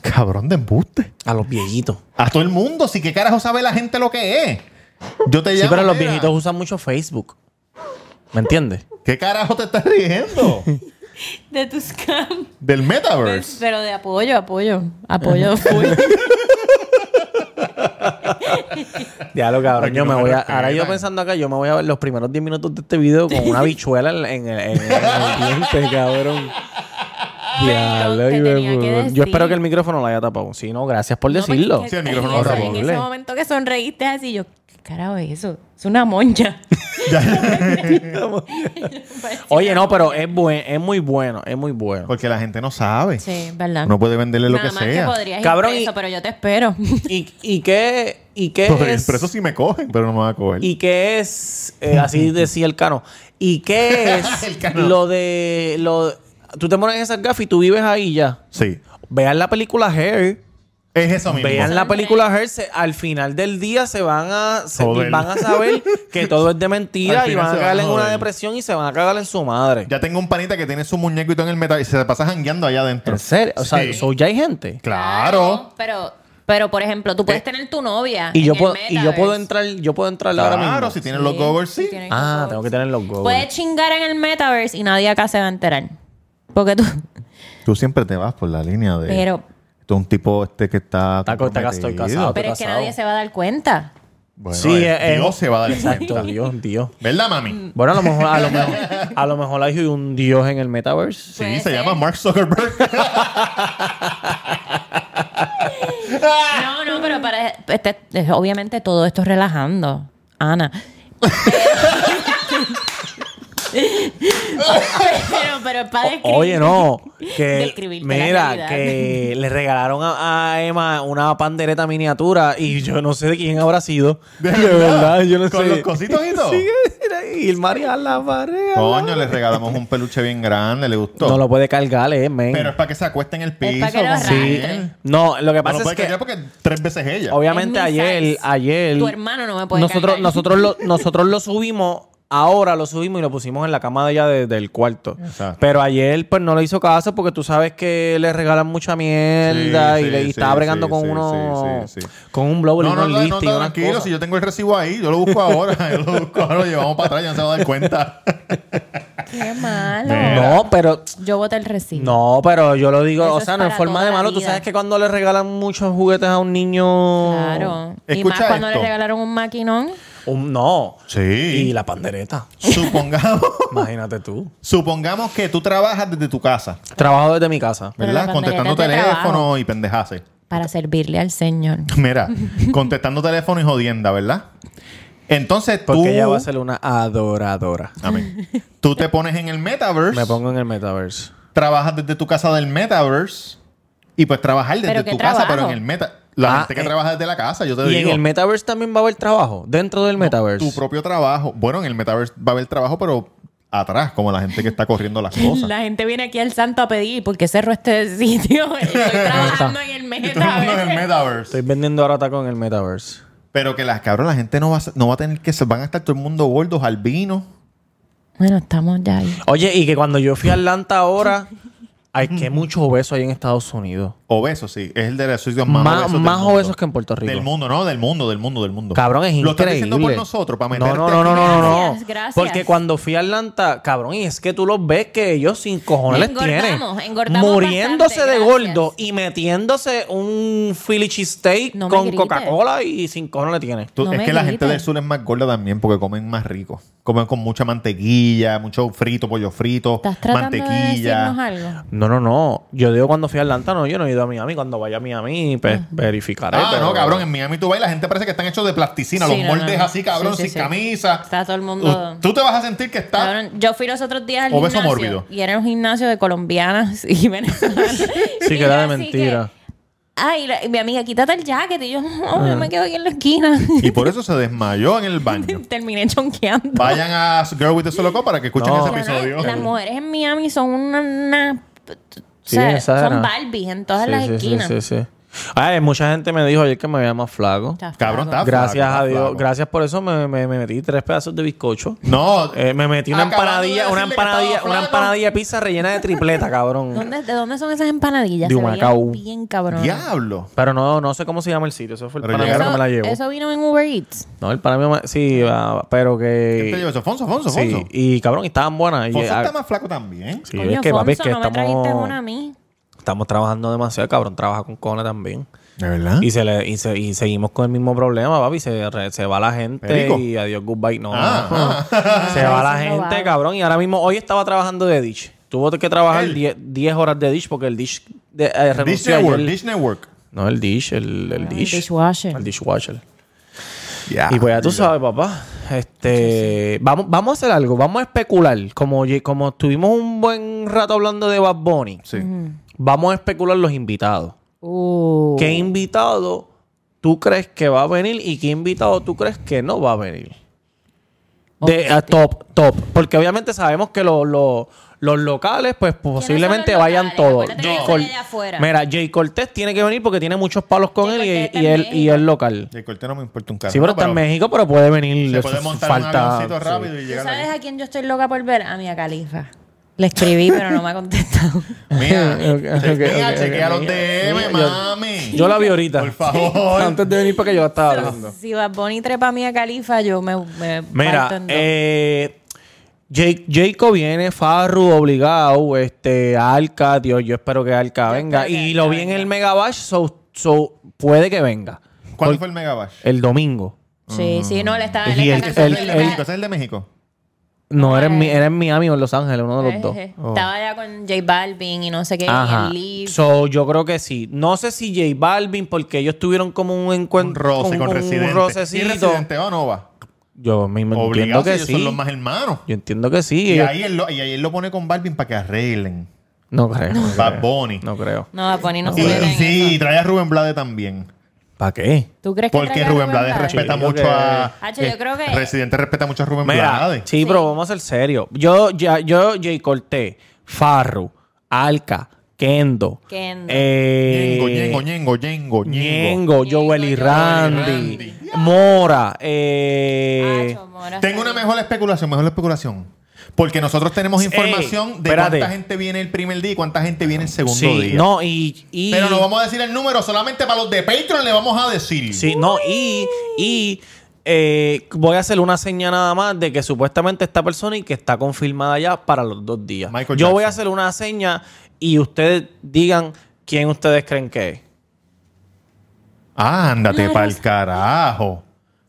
cabrón de embuste. A los viejitos. A todo el mundo, si qué carajo sabe la gente lo que es. Yo te Sí, llamo. pero los mira, viejitos usan mucho Facebook. ¿Me entiendes? ¿Qué carajo te estás riendo? De tus camps. Del metaverse. Pero de apoyo, apoyo. Apoyo full. Ya lo cabrón, Aquí yo no me me voy a. respetan. Ahora yo pensando acá, yo me voy a ver los primeros 10 minutos de este video con una bichuela en, en- en- en el diente, cabrón. Diablo, te y me- tenía que decir. yo espero que el micrófono lo haya tapado. Sí, no, gracias por decirlo. Eh, Sí, el micrófono en, lo ese, en removió. ese momento que sonreíste así, yo, ¿qué carajo es eso? Es una moncha. Oye, no, pero es buen, es muy bueno, es muy bueno. Porque la gente no sabe. Sí, ¿verdad? No puede venderle lo Nada que más sea. que podrías Cabrón, ir preso, y- pero yo te espero. ¿Y, y qué, y qué Pero, es? pero eso sí me cogen, pero no me van a coger. ¿Y qué es? eh, así decía el cano. ¿Y qué El es Cano. lo de. Lo, tú te pones esas gafas y tú vives ahí ya. Sí. Vean la película Hair. Es eso mismo. Vean la película Her, se- al final del día se van a se- Joder. van a saber que todo es de mentira Al y final van a se van cagar a en una joder. depresión y se van a cagar en su madre. Ya tengo un panita que tiene su muñeco y todo en el metaverse y se la pasa jangueando allá adentro. En serio, o sea, Sí. so ya hay gente. Claro. Pero, pero por ejemplo, tú puedes tener tu novia. Eh, Y yo en puedo el y yo puedo metaverse. entrar, yo puedo entrar ahora Claro, mismo. si tienen los goggles, sí. Sí, tienes Ah, goggles. tengo que tener los goggles. Puedes chingar en el metaverse y nadie acá se va a enterar. Porque tú. Tú siempre te vas por la línea de. Pero- Tú un tipo este que está. Está co- está comprometido. estoy casado. Pero es que casado. nadie se va a dar cuenta. Bueno, Sí, el eh, Dios eh, se va a dar Exacto, cuenta. Dios, Dios. ¿Verdad, Mm, mami? Bueno, a lo mejor a lo mejor a lo mejor hay un dios en el metaverse. Sí, Puede se ser. llama Mark Zuckerberg. No, no, pero para. este- es- obviamente todo esto es relajando. Ana. pero, pero es para describir. Oye, no. Que, Describirte la mira, realidad. que le regalaron a, a Emma una pandereta miniatura y yo no sé de quién habrá sido. De verdad, yo no Con sé. los cositos y todo. Sí, era ir María a la pared. Coño, le regalamos un peluche bien grande, le gustó. No lo puede cargar, eh, men. Pero es para que se acueste en el piso. para que lo con él. arrastre. No, lo que No lo pasa puede es que, cargar porque tres veces ella. obviamente, Es mi ayer, size. ayer. Tu hermano no me puede nosotros, cargar. nosotros lo, nosotros lo subimos, ahora lo subimos y lo pusimos en la cama de ella de- del cuarto. Exacto. Pero ayer, pues, no le hizo caso porque tú sabes que le regalan mucha mierda Sí, y, le, y sí, estaba sí, bregando sí, con sí, uno. sí, sí, sí. Con un blower No, y no, un no, no, listing y unas tranquilo. cosas. Si yo tengo el recibo ahí, yo lo busco ahora. yo lo busco ahora, lo llevamos para atrás, ya no se va a dar cuenta. Qué malo. No, pero. Yo voté el recibo. No, pero yo lo digo, Eso o es sea, no en para forma toda de la malo. Tú vida. sabes que cuando le regalan muchos juguetes a un niño. Claro. y Escucha más cuando esto. le regalaron un maquinón. un- no. Sí. Y la pandereta. Supongamos. Imagínate tú. Supongamos que tú trabajas desde tu casa, Trabajo desde mi casa. Pero ¿verdad? la pandereta Contestando es de teléfono trabajo. y pendejaces. Para servirle al Señor. Mira, contestando teléfono y jodienda, ¿verdad? Entonces tú. Porque ella va a ser una adoradora. Amén. Tú te pones en el metaverse. Me pongo en el metaverso. trabajas desde tu casa del metaverse y pues trabajar desde ¿Pero qué tu casa, trabajo? pero en el meta. La Ah, gente que eh. trabaja desde la casa, yo te Y digo. en el metaverse también va a haber trabajo. Dentro del metaverse. tu propio trabajo. Bueno, en el metaverse va a haber trabajo, pero atrás, como la gente que está corriendo las cosas. La gente viene aquí al santo a pedir porque cerró este sitio. Estoy trabajando en el Y todo el mundo en el metaverso. metaverse. Estoy vendiendo ahora tacos en el metaverse. Pero que las cabras, la gente no va, a, no va a tener que. se Van a estar todo el mundo gordos, albinos. Bueno, estamos ya ahí. Oye, y que cuando yo fui a Atlanta ahora, hay que muchos obesos ahí en Estados Unidos. Obesos, sí. Es el de la asociación más, Más, obesos. del más mundo. obesos que en Puerto Rico. Del mundo, no, del mundo, del mundo, del mundo. Cabrón, es increíble. Lo estás diciendo por nosotros, para No, meterte no, no, no, aquí. no, no. Gracias, gracias. Porque cuando fui a Atlanta, cabrón, y es que tú los ves que ellos sin cojones les tienen. Engordamos, engordamos muriéndose bastante, de gracias. gordo y metiéndose un Philly cheesesteak No me con grites. Coca-Cola y sin cojones le tienen. Tú- No es me que la gente grites. del sur es más gorda también porque comen más rico. Comen con mucha mantequilla, mucho frito, pollo frito, ¿Estás tratando de decirnos mantequilla. algo? No, no, no. Yo digo cuando fui a Atlanta, no, yo no he ido a Miami. Cuando vaya a Miami, pues verificaré. Ah, pero- no, cabrón, en Miami tú vas y la gente parece que están hechos de plasticina, Sí, los no, moldes no, no. así, cabrón, Sí, sí, sin sí. camisa. Está todo el mundo- Tú te vas a sentir que está. Cabrón, yo fui los otros días al Obeso gimnasio mórbido. y era un gimnasio de colombianas y venezolanas. Sí, Y que yo era de así mentira. que, Ay, la- y mi amiga, quítate el jacket. Y yo, no, yo me quedo aquí en la esquina. Y por eso se desmayó en el baño. Terminé chonqueando. Vayan a Girl with the Solo Cup para que escuchen No. ese Claro, episodio. Las mujeres en Miami son una... una- o Sí, sea, esa era. son Barbies en todas Sí, las sí, esquinas. Sí, sí, sí. Ay, mucha gente me dijo ayer que me veía más flaco. Está Cabrón, flaco. está Gracias flaco, a está Dios. flaco. Gracias por eso me, me- me metí tres pedazos de bizcocho. No, Eh, me metí una Acabando empanadilla, de una decirle que estaba empanadilla, una flaco. empanadilla de pizza rellena de tripleta, cabrón. ¿Dónde- ¿De dónde son esas empanadillas? De Se veían Humacao. Bien cabrón. diablo. Pero no, no sé cómo se llama el sitio. Eso fue el Pero pana mío llegaron- que me la llevó. Eso vino en Uber Eats. No, el pana mío me- sí, ah, pero ¿Quién te llevó que eso? Fonso, Fonso, Fonso. sí, y cabrón, y estaban buenas. Y, Fonso ah, está más flaco también. sí, Coño, es que, papi, es Fonso, que no me estamos, trajiste una a mí. estamos trabajando demasiado, cabrón. Trabaja con Cona también. De verdad. Y, se le, y, se- y seguimos con el mismo problema, papi. Se, re- se va la gente Perico. y adiós, goodbye. No, Ah, no. se va la Eso es gente, robado. cabrón. Y ahora mismo, hoy estaba trabajando de Ditch. Tuvo que trabajar Él. 10 10 horas de Ditch porque el Ditch de, eh, Dish renunció Network, ayer. Dish Network. No, el Ditch, Ah, el, el Dish. dishwasher. El dishwasher. Ya. y pues ya tú sabes, papá. Este, vamos, vamos a hacer algo. Vamos a especular. Como, ye- como estuvimos un buen rato hablando de Bad Bunny, Sí. vamos a especular los invitados. Uh. ¿Qué invitado tú crees que va a venir y qué invitado tú crees que no va a venir? De, a top, top. Porque obviamente sabemos que lo- lo- los locales, pues posiblemente son los vayan locales? todos. Acuérdate que Jay yo soy Cor- de afuera. Mira, Jay Cortés tiene que venir porque tiene muchos palos con él Jay y- Cortés y, está en el, y el local. El corte no me importa un carajo. Sí, pero está en México, pero puede venir. Se eso puede es montar un falta- avioncito rápido y ¿Tú llegar sabes ahí. a quién yo estoy loca por ver? A Mia Califa. Le escribí, pero no me ha contestado. Mira, Ok, ok, chequea, ok, ok, chequea los mira, DM, mira, yo- mami. Yo la vi ahorita. Por favor. Antes de venir porque yo la estaba hablando. Si Bad Bunny trepa a Mia Califa, yo me. me parto Mira, en dos. eh, Jake, Jayco viene, Farru obligado, este, Alca, Dios, yo espero que Alca venga. espero que Y Alca lo vi en el Megabash, so, so puede que venga. ¿Cuándo Por- fue el Megabash? El domingo. Sí, sí, no, le estaba. Y le el- está el- cantando ¿Ese el es el- local. ¿Ese es el de México? No, era en, Mi- era en Miami o en Los Ángeles, uno de los dos. Oh. Ejé, Estaba ya con J Balvin y no sé qué, Ajá. y el Liv. So, yo creo que sí. No sé si J Balvin, porque ellos tuvieron como un Un encuentro. roce con un- Residente. Un ¿Y rocecito. Residente va o no va? Yo mismo Obligado, entiendo si que ellos son sí. los más hermanos. Yo entiendo que sí. Y eh. Ellos- ahí él lo, y ahí él lo pone con Balvin para que arreglen. No creo. No Bad creo. Bunny. No creo. No, Bad Bunny no Y, se mete en sí, y eso. trae a Rubén Blades también. ¿Para qué? ¿Tú crees que Porque traiga Rubén Blades Blades? respeta Yo creo mucho que- a. eh, Hacho, yo creo que- Residente respeta mucho a Rubén Mira, Blades. sí, pero vamos a ser serios. Yo, ya, yo, Jay Corté, Farru, Alca, Kendo, Kendo. eh, Ñengo, Ñengo, Ñengo, Ñengo, Ñengo. Ñengo, Joel y Randy, Mora, eh, Hacho, Mora Tengo está una bien. mejor especulación, mejor especulación. Porque nosotros tenemos Ey, información de Eh, espérate. cuánta gente viene el primer día y cuánta gente viene el segundo sí, día. no y, y- Pero no vamos a decir el número, solamente para los de Patreon le vamos a decir. sí, no y y eh, voy a hacer una señal nada más de que supuestamente esta persona y que está confirmada ya para los dos días. Michael yo voy a Jackson. hacer una seña y ustedes digan quién ustedes creen que es. Ah, ándate para el carajo.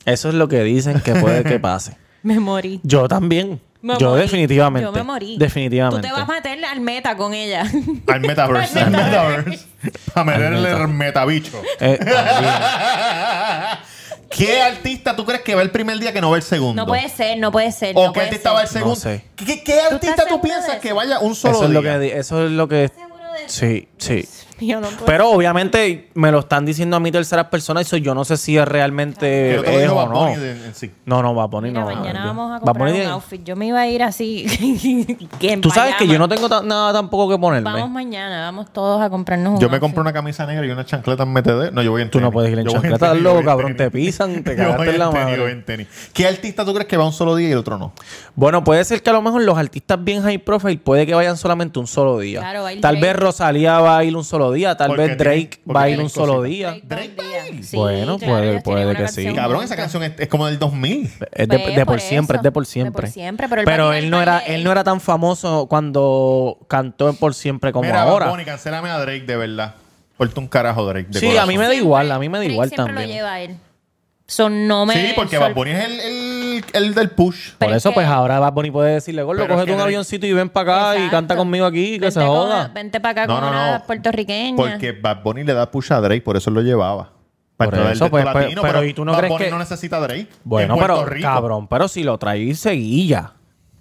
Eso es lo que dicen que puede que pase. Me morí. Yo también. Me yo morí. definitivamente. Yo me morí. Definitivamente. Tú te vas a meter al meta con ella. Al metaverse. al metaverse. A meterle meta. el metabicho. Eh, también. ¿Qué artista tú crees que va el primer día que no va el segundo? No puede ser, no puede ser. ¿O no qué puede artista ser. va el segundo? No sé. ¿Qué, qué artista estás tú seguro de piensas eso? que vaya un solo Eso es, día? lo que, di- eso es lo que... ¿Seguro de eso? Sí, Pues sí. Yo no puedo. Pero obviamente me lo están diciendo a mí terceras personas, eso yo no sé si es Que realmente lo es dijo o Bad Bunny no. de- en sí. No, no, Bad Bunny Mira, no. mañana yo- vamos a Bad comprar Bunny un tiene- outfit. Yo me iba a ir así. que en Tú sabes que pijama. yo no tengo ta- nada tampoco que ponerme. Vamos mañana, vamos todos a comprarnos un Yo me outfit. compro una camisa negra y una chancleta en MTD. No, yo voy en Tú no tenis. puedes ir en Yo voy chancleta, tenis, loco, yo voy en cabrón, tenis. te pisan, te Yo cagaste voy en la tenis, madre. yo voy en tenis. ¿Qué artista tú crees que va un solo día y el otro no? Bueno, puede ser que a lo mejor los artistas bien high profile puede que vayan solamente un solo día. Claro, va a ir tal Drake. vez Rosalía va a ir un solo día, tal Porque vez Drake tiene- porque va a ir tiene un solo cositas. día. Drake todo el día. Sí, Bueno, claro, puede- ellos tienen puede una que sí. canción Cabrón, esa juntos. canción es, es como del 2000. Es de, Pues, de por por siempre, es de por eso. De por siempre. siempre, pero él va a él llegar no era, tarde. él no era tan famoso cuando cantó en por siempre como Mira, ahora. Bad Bunny, cancélame a Drake, de verdad. Porte un carajo, Drake. de Sí, corazón. a mí me da igual, a mí me da Drake igual siempre también. lo lleva él. Son no me Sí, porque sor- Bad Bunny es el, el, el del push. Por Pero es eso, que- pues ahora Bad Bunny puede decirle, Gordo, Pero es cógete que un Drake- avioncito y ven para acá y Exacto. canta conmigo aquí, que Vente se con- joda. Vente para acá No, con no, una no. puertorriqueña. Porque Bad Bunny le da push a Drake, por eso lo llevaba. Para Por todo el eso, resto pues, pues, latino, pero ¿y tú no Bad crees Bunny que- no necesita a Drake? Bueno, en Puerto pero Rico. cabrón, pero si lo traí seguilla.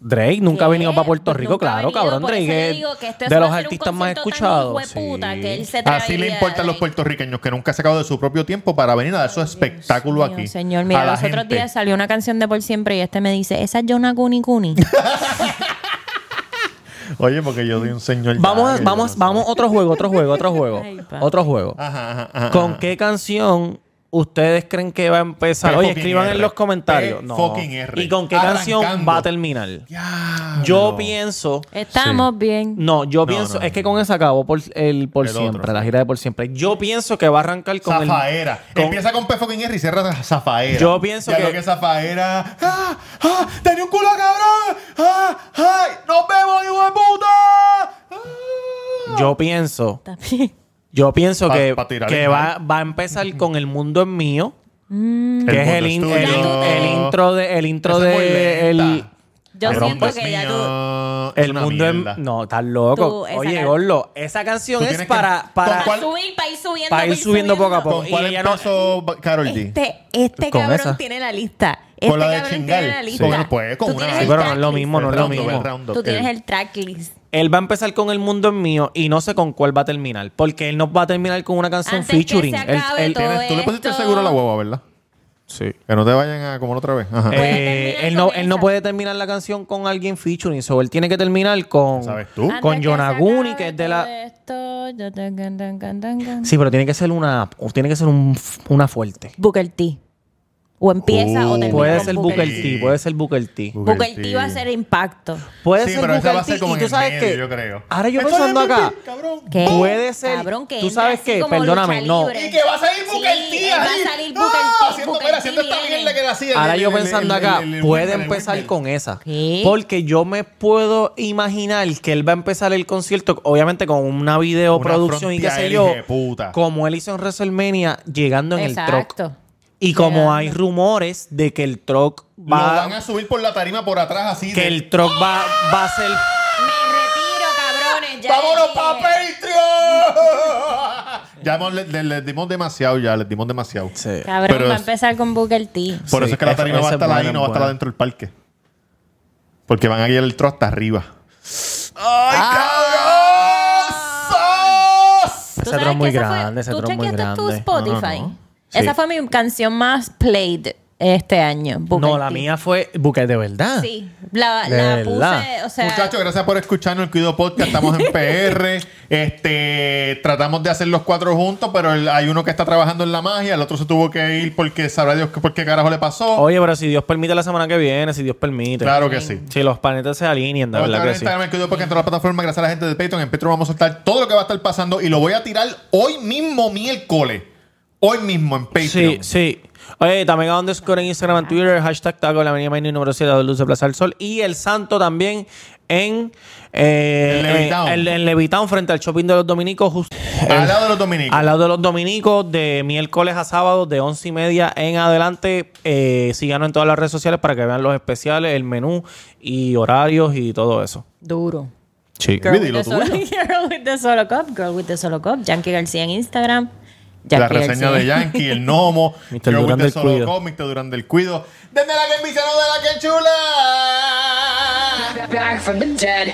Drake nunca ha ¿Qué? venido para Puerto Pues Rico, nunca ha claro, venido, cabrón. por eso Drake yo es digo que esto de va los a ser un artistas más concierto tan escuchados. hijueputa sí. que él se Así le traería, importan los Drake. puertorriqueños que nunca han sacado de su propio tiempo para venir a dar su espectáculo Dios, aquí. señor, a mira, la los otros gente. días salió una canción de Por Siempre y este me dice, esa es Yona Kuni Kuni. Oye, porque yo soy un señor. ya, Vamos, a- que vamos, yo no sé. vamos, otro juego, otro juego, otro juego. Ay, pa. otro juego. Ajá, ajá, ajá, ¿Con ajá. qué canción ustedes creen que va a empezar? P Oye, fucking escriban en R. los comentarios. P No. fucking R. ¿Y con qué canción Arrancando. va a terminar? Ya, Yo no. pienso. Estamos bien. No, yo pienso. Es que con esa acabó por, el por El otro. siempre, la gira de por siempre. Yo pienso que va a arrancar con el. Zafaera. con- Empieza con P fucking R y cierra Zafaera. Yo pienso Ya que- lo que Zafaera. ¡Ah! ¡Ah! ¡Tenía un culo, cabrón! ¡Ah! ¡Ay! ¡Nos vemos, hijo de puta! ¡Ah! Yo pienso. Está bien. Yo pienso Pa- que, pa tirar que el va, va a empezar con El Mundo es Mío, que es el, in- mundo el, es tuyo. el intro de el intro Esa es muy de el, lenta. Yo El mundo siento es que ya tú... mío. Es el una mundo mierda. es no, estás loco. Tú, esa Oye, can- Gorlo, esa canción Tú es tienes que- para para ¿Con cuál- Para subir, para ir subiendo. Pa' ir subiendo poco a poco. ¿Con cuál Y ella no- empezó Carol G? Este, este Con cabrón esa. tiene la lista. Este la de cabrón Chingal. tiene la Sí. lista. Bueno, pues, con Tú una- tienes Sí, el pero no es track lo list. mismo, no es lo Round up, mismo. round up, Tú tienes el- el tracklist. él va a empezar con El Mundo es Mío y no sé con cuál va a terminar, porque él no va a terminar con una canción Antes que featuring. se Él- acabe él- todo. Tienes- Tú le pusiste el esto- seguro a la guagua, ¿verdad? Sí. Que no te vayan a como la otra vez. Ajá. Puede Eh, terminar él, con no, él no esa. puede terminar la canción con alguien featuring, so él tiene que terminar con, ¿Sabes tú? Antes con que Yonaguni, se que es de acabe la, todo esto, yo te can, can, can, can, can. Sí, pero tiene que ser una, o tiene que ser un f- una fuerte. Booker T. O empieza o Uh, termina. Puede con ser Booker Booker T. T, puede ser Booker T. Booker Booker T va a T. ser impacto. Puede Sí, ser pero esa Booker va a ser T, como y en tú el sabes medio, que yo creo. Ahora yo Esto pensando es MVP, acá. cabrón. ¿Qué? Puede ser- Cabrón, que tú entra sabes así qué, como perdóname, lucha no. libre. Y que va a salir Booker Sí, T él Va ahí. a salir Booker Ah, T. haciendo- Booker mira, T haciendo esta viene. mierda que le hacía el- Ahora yo el- el- pensando el- acá, el- el- puede el- empezar el- con esa. ¿Qué? Porque yo me puedo imaginar que él va a empezar el concierto, obviamente con una videoproducción y qué frontier, sé yo, hijeputa. como él hizo en WrestleMania, llegando en el Exacto. truck. Y como Llegando. hay rumores de que el truck Lo van va, a subir por la tarima por atrás así. que de- el truck va, va a ser Me retiro, cabrones. Ya ¡Vámonos les pa' dije. Patreon! ya hemos- le- le- les dimos demasiado, ya les dimos demasiado. Cabrón, Pero va a es- empezar con Booker T. Por eso Sí, es que la esa- tarima va a esa es estar ahí, buena, no va a estar buena. adentro del parque. Porque van a guiar el trozo hasta arriba. ¡Ay, cabrón! ¡Sos! Tú Ese sabes tron que muy esa fue- grande, ese tú tron muy chequeaste tu grande. Spotify. No, no, no. Esa fue mi canción más played este año. Booker No, la T. mía fue Booker de verdad. Sí, la, De la puse, verdad. o sea, Muchachos, gracias por escucharnos el Cuido Podcast. Estamos en PR. Este, tratamos de hacer los cuatro juntos, pero el- hay uno que está trabajando en la magia, el otro se tuvo que ir porque sabrá Dios qué- por qué carajo le pasó. Oye, pero si Dios permite la semana que viene, si Dios permite. claro que sí. Si los planetas se alinean, de Vamos a verdad estar que en sí. Instagram, el Cuido Podcast en todas las plataformas, gracias a la gente de Patreon. En Patreon vamos a soltar todo lo que va a estar pasando y lo voy a tirar hoy mismo miércoles. Hoy mismo en Patreon. Sí, sí. Oye, también a underscore en Instagram, en Twitter, hashtag taco la avenida Main número 7, de Luz de Plaza del Sol. Y el santo también en. eh, En Levittown. eh, en- en Levittown, frente al shopping de los dominicos, justo Al lado de los dominicos. al lado de los dominicos, de miércoles a sábado, de once y media en adelante. Eh, síganos en todas las redes sociales para que vean los especiales, el menú y horarios y todo eso. duro. Sí. Girl with, dilo the tuyo. solo, Girl with the Solo Cup, Girl with the Solo Cup, Yankee García en Instagram. la Jackie reseña García. de Yankee, el Nomo, Mr. Yo Durán Winter del Solo Cuido. Comic, Mr. Durán del Cuido. Desde la que envicia, no de la que chula. Back from the dead.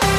Back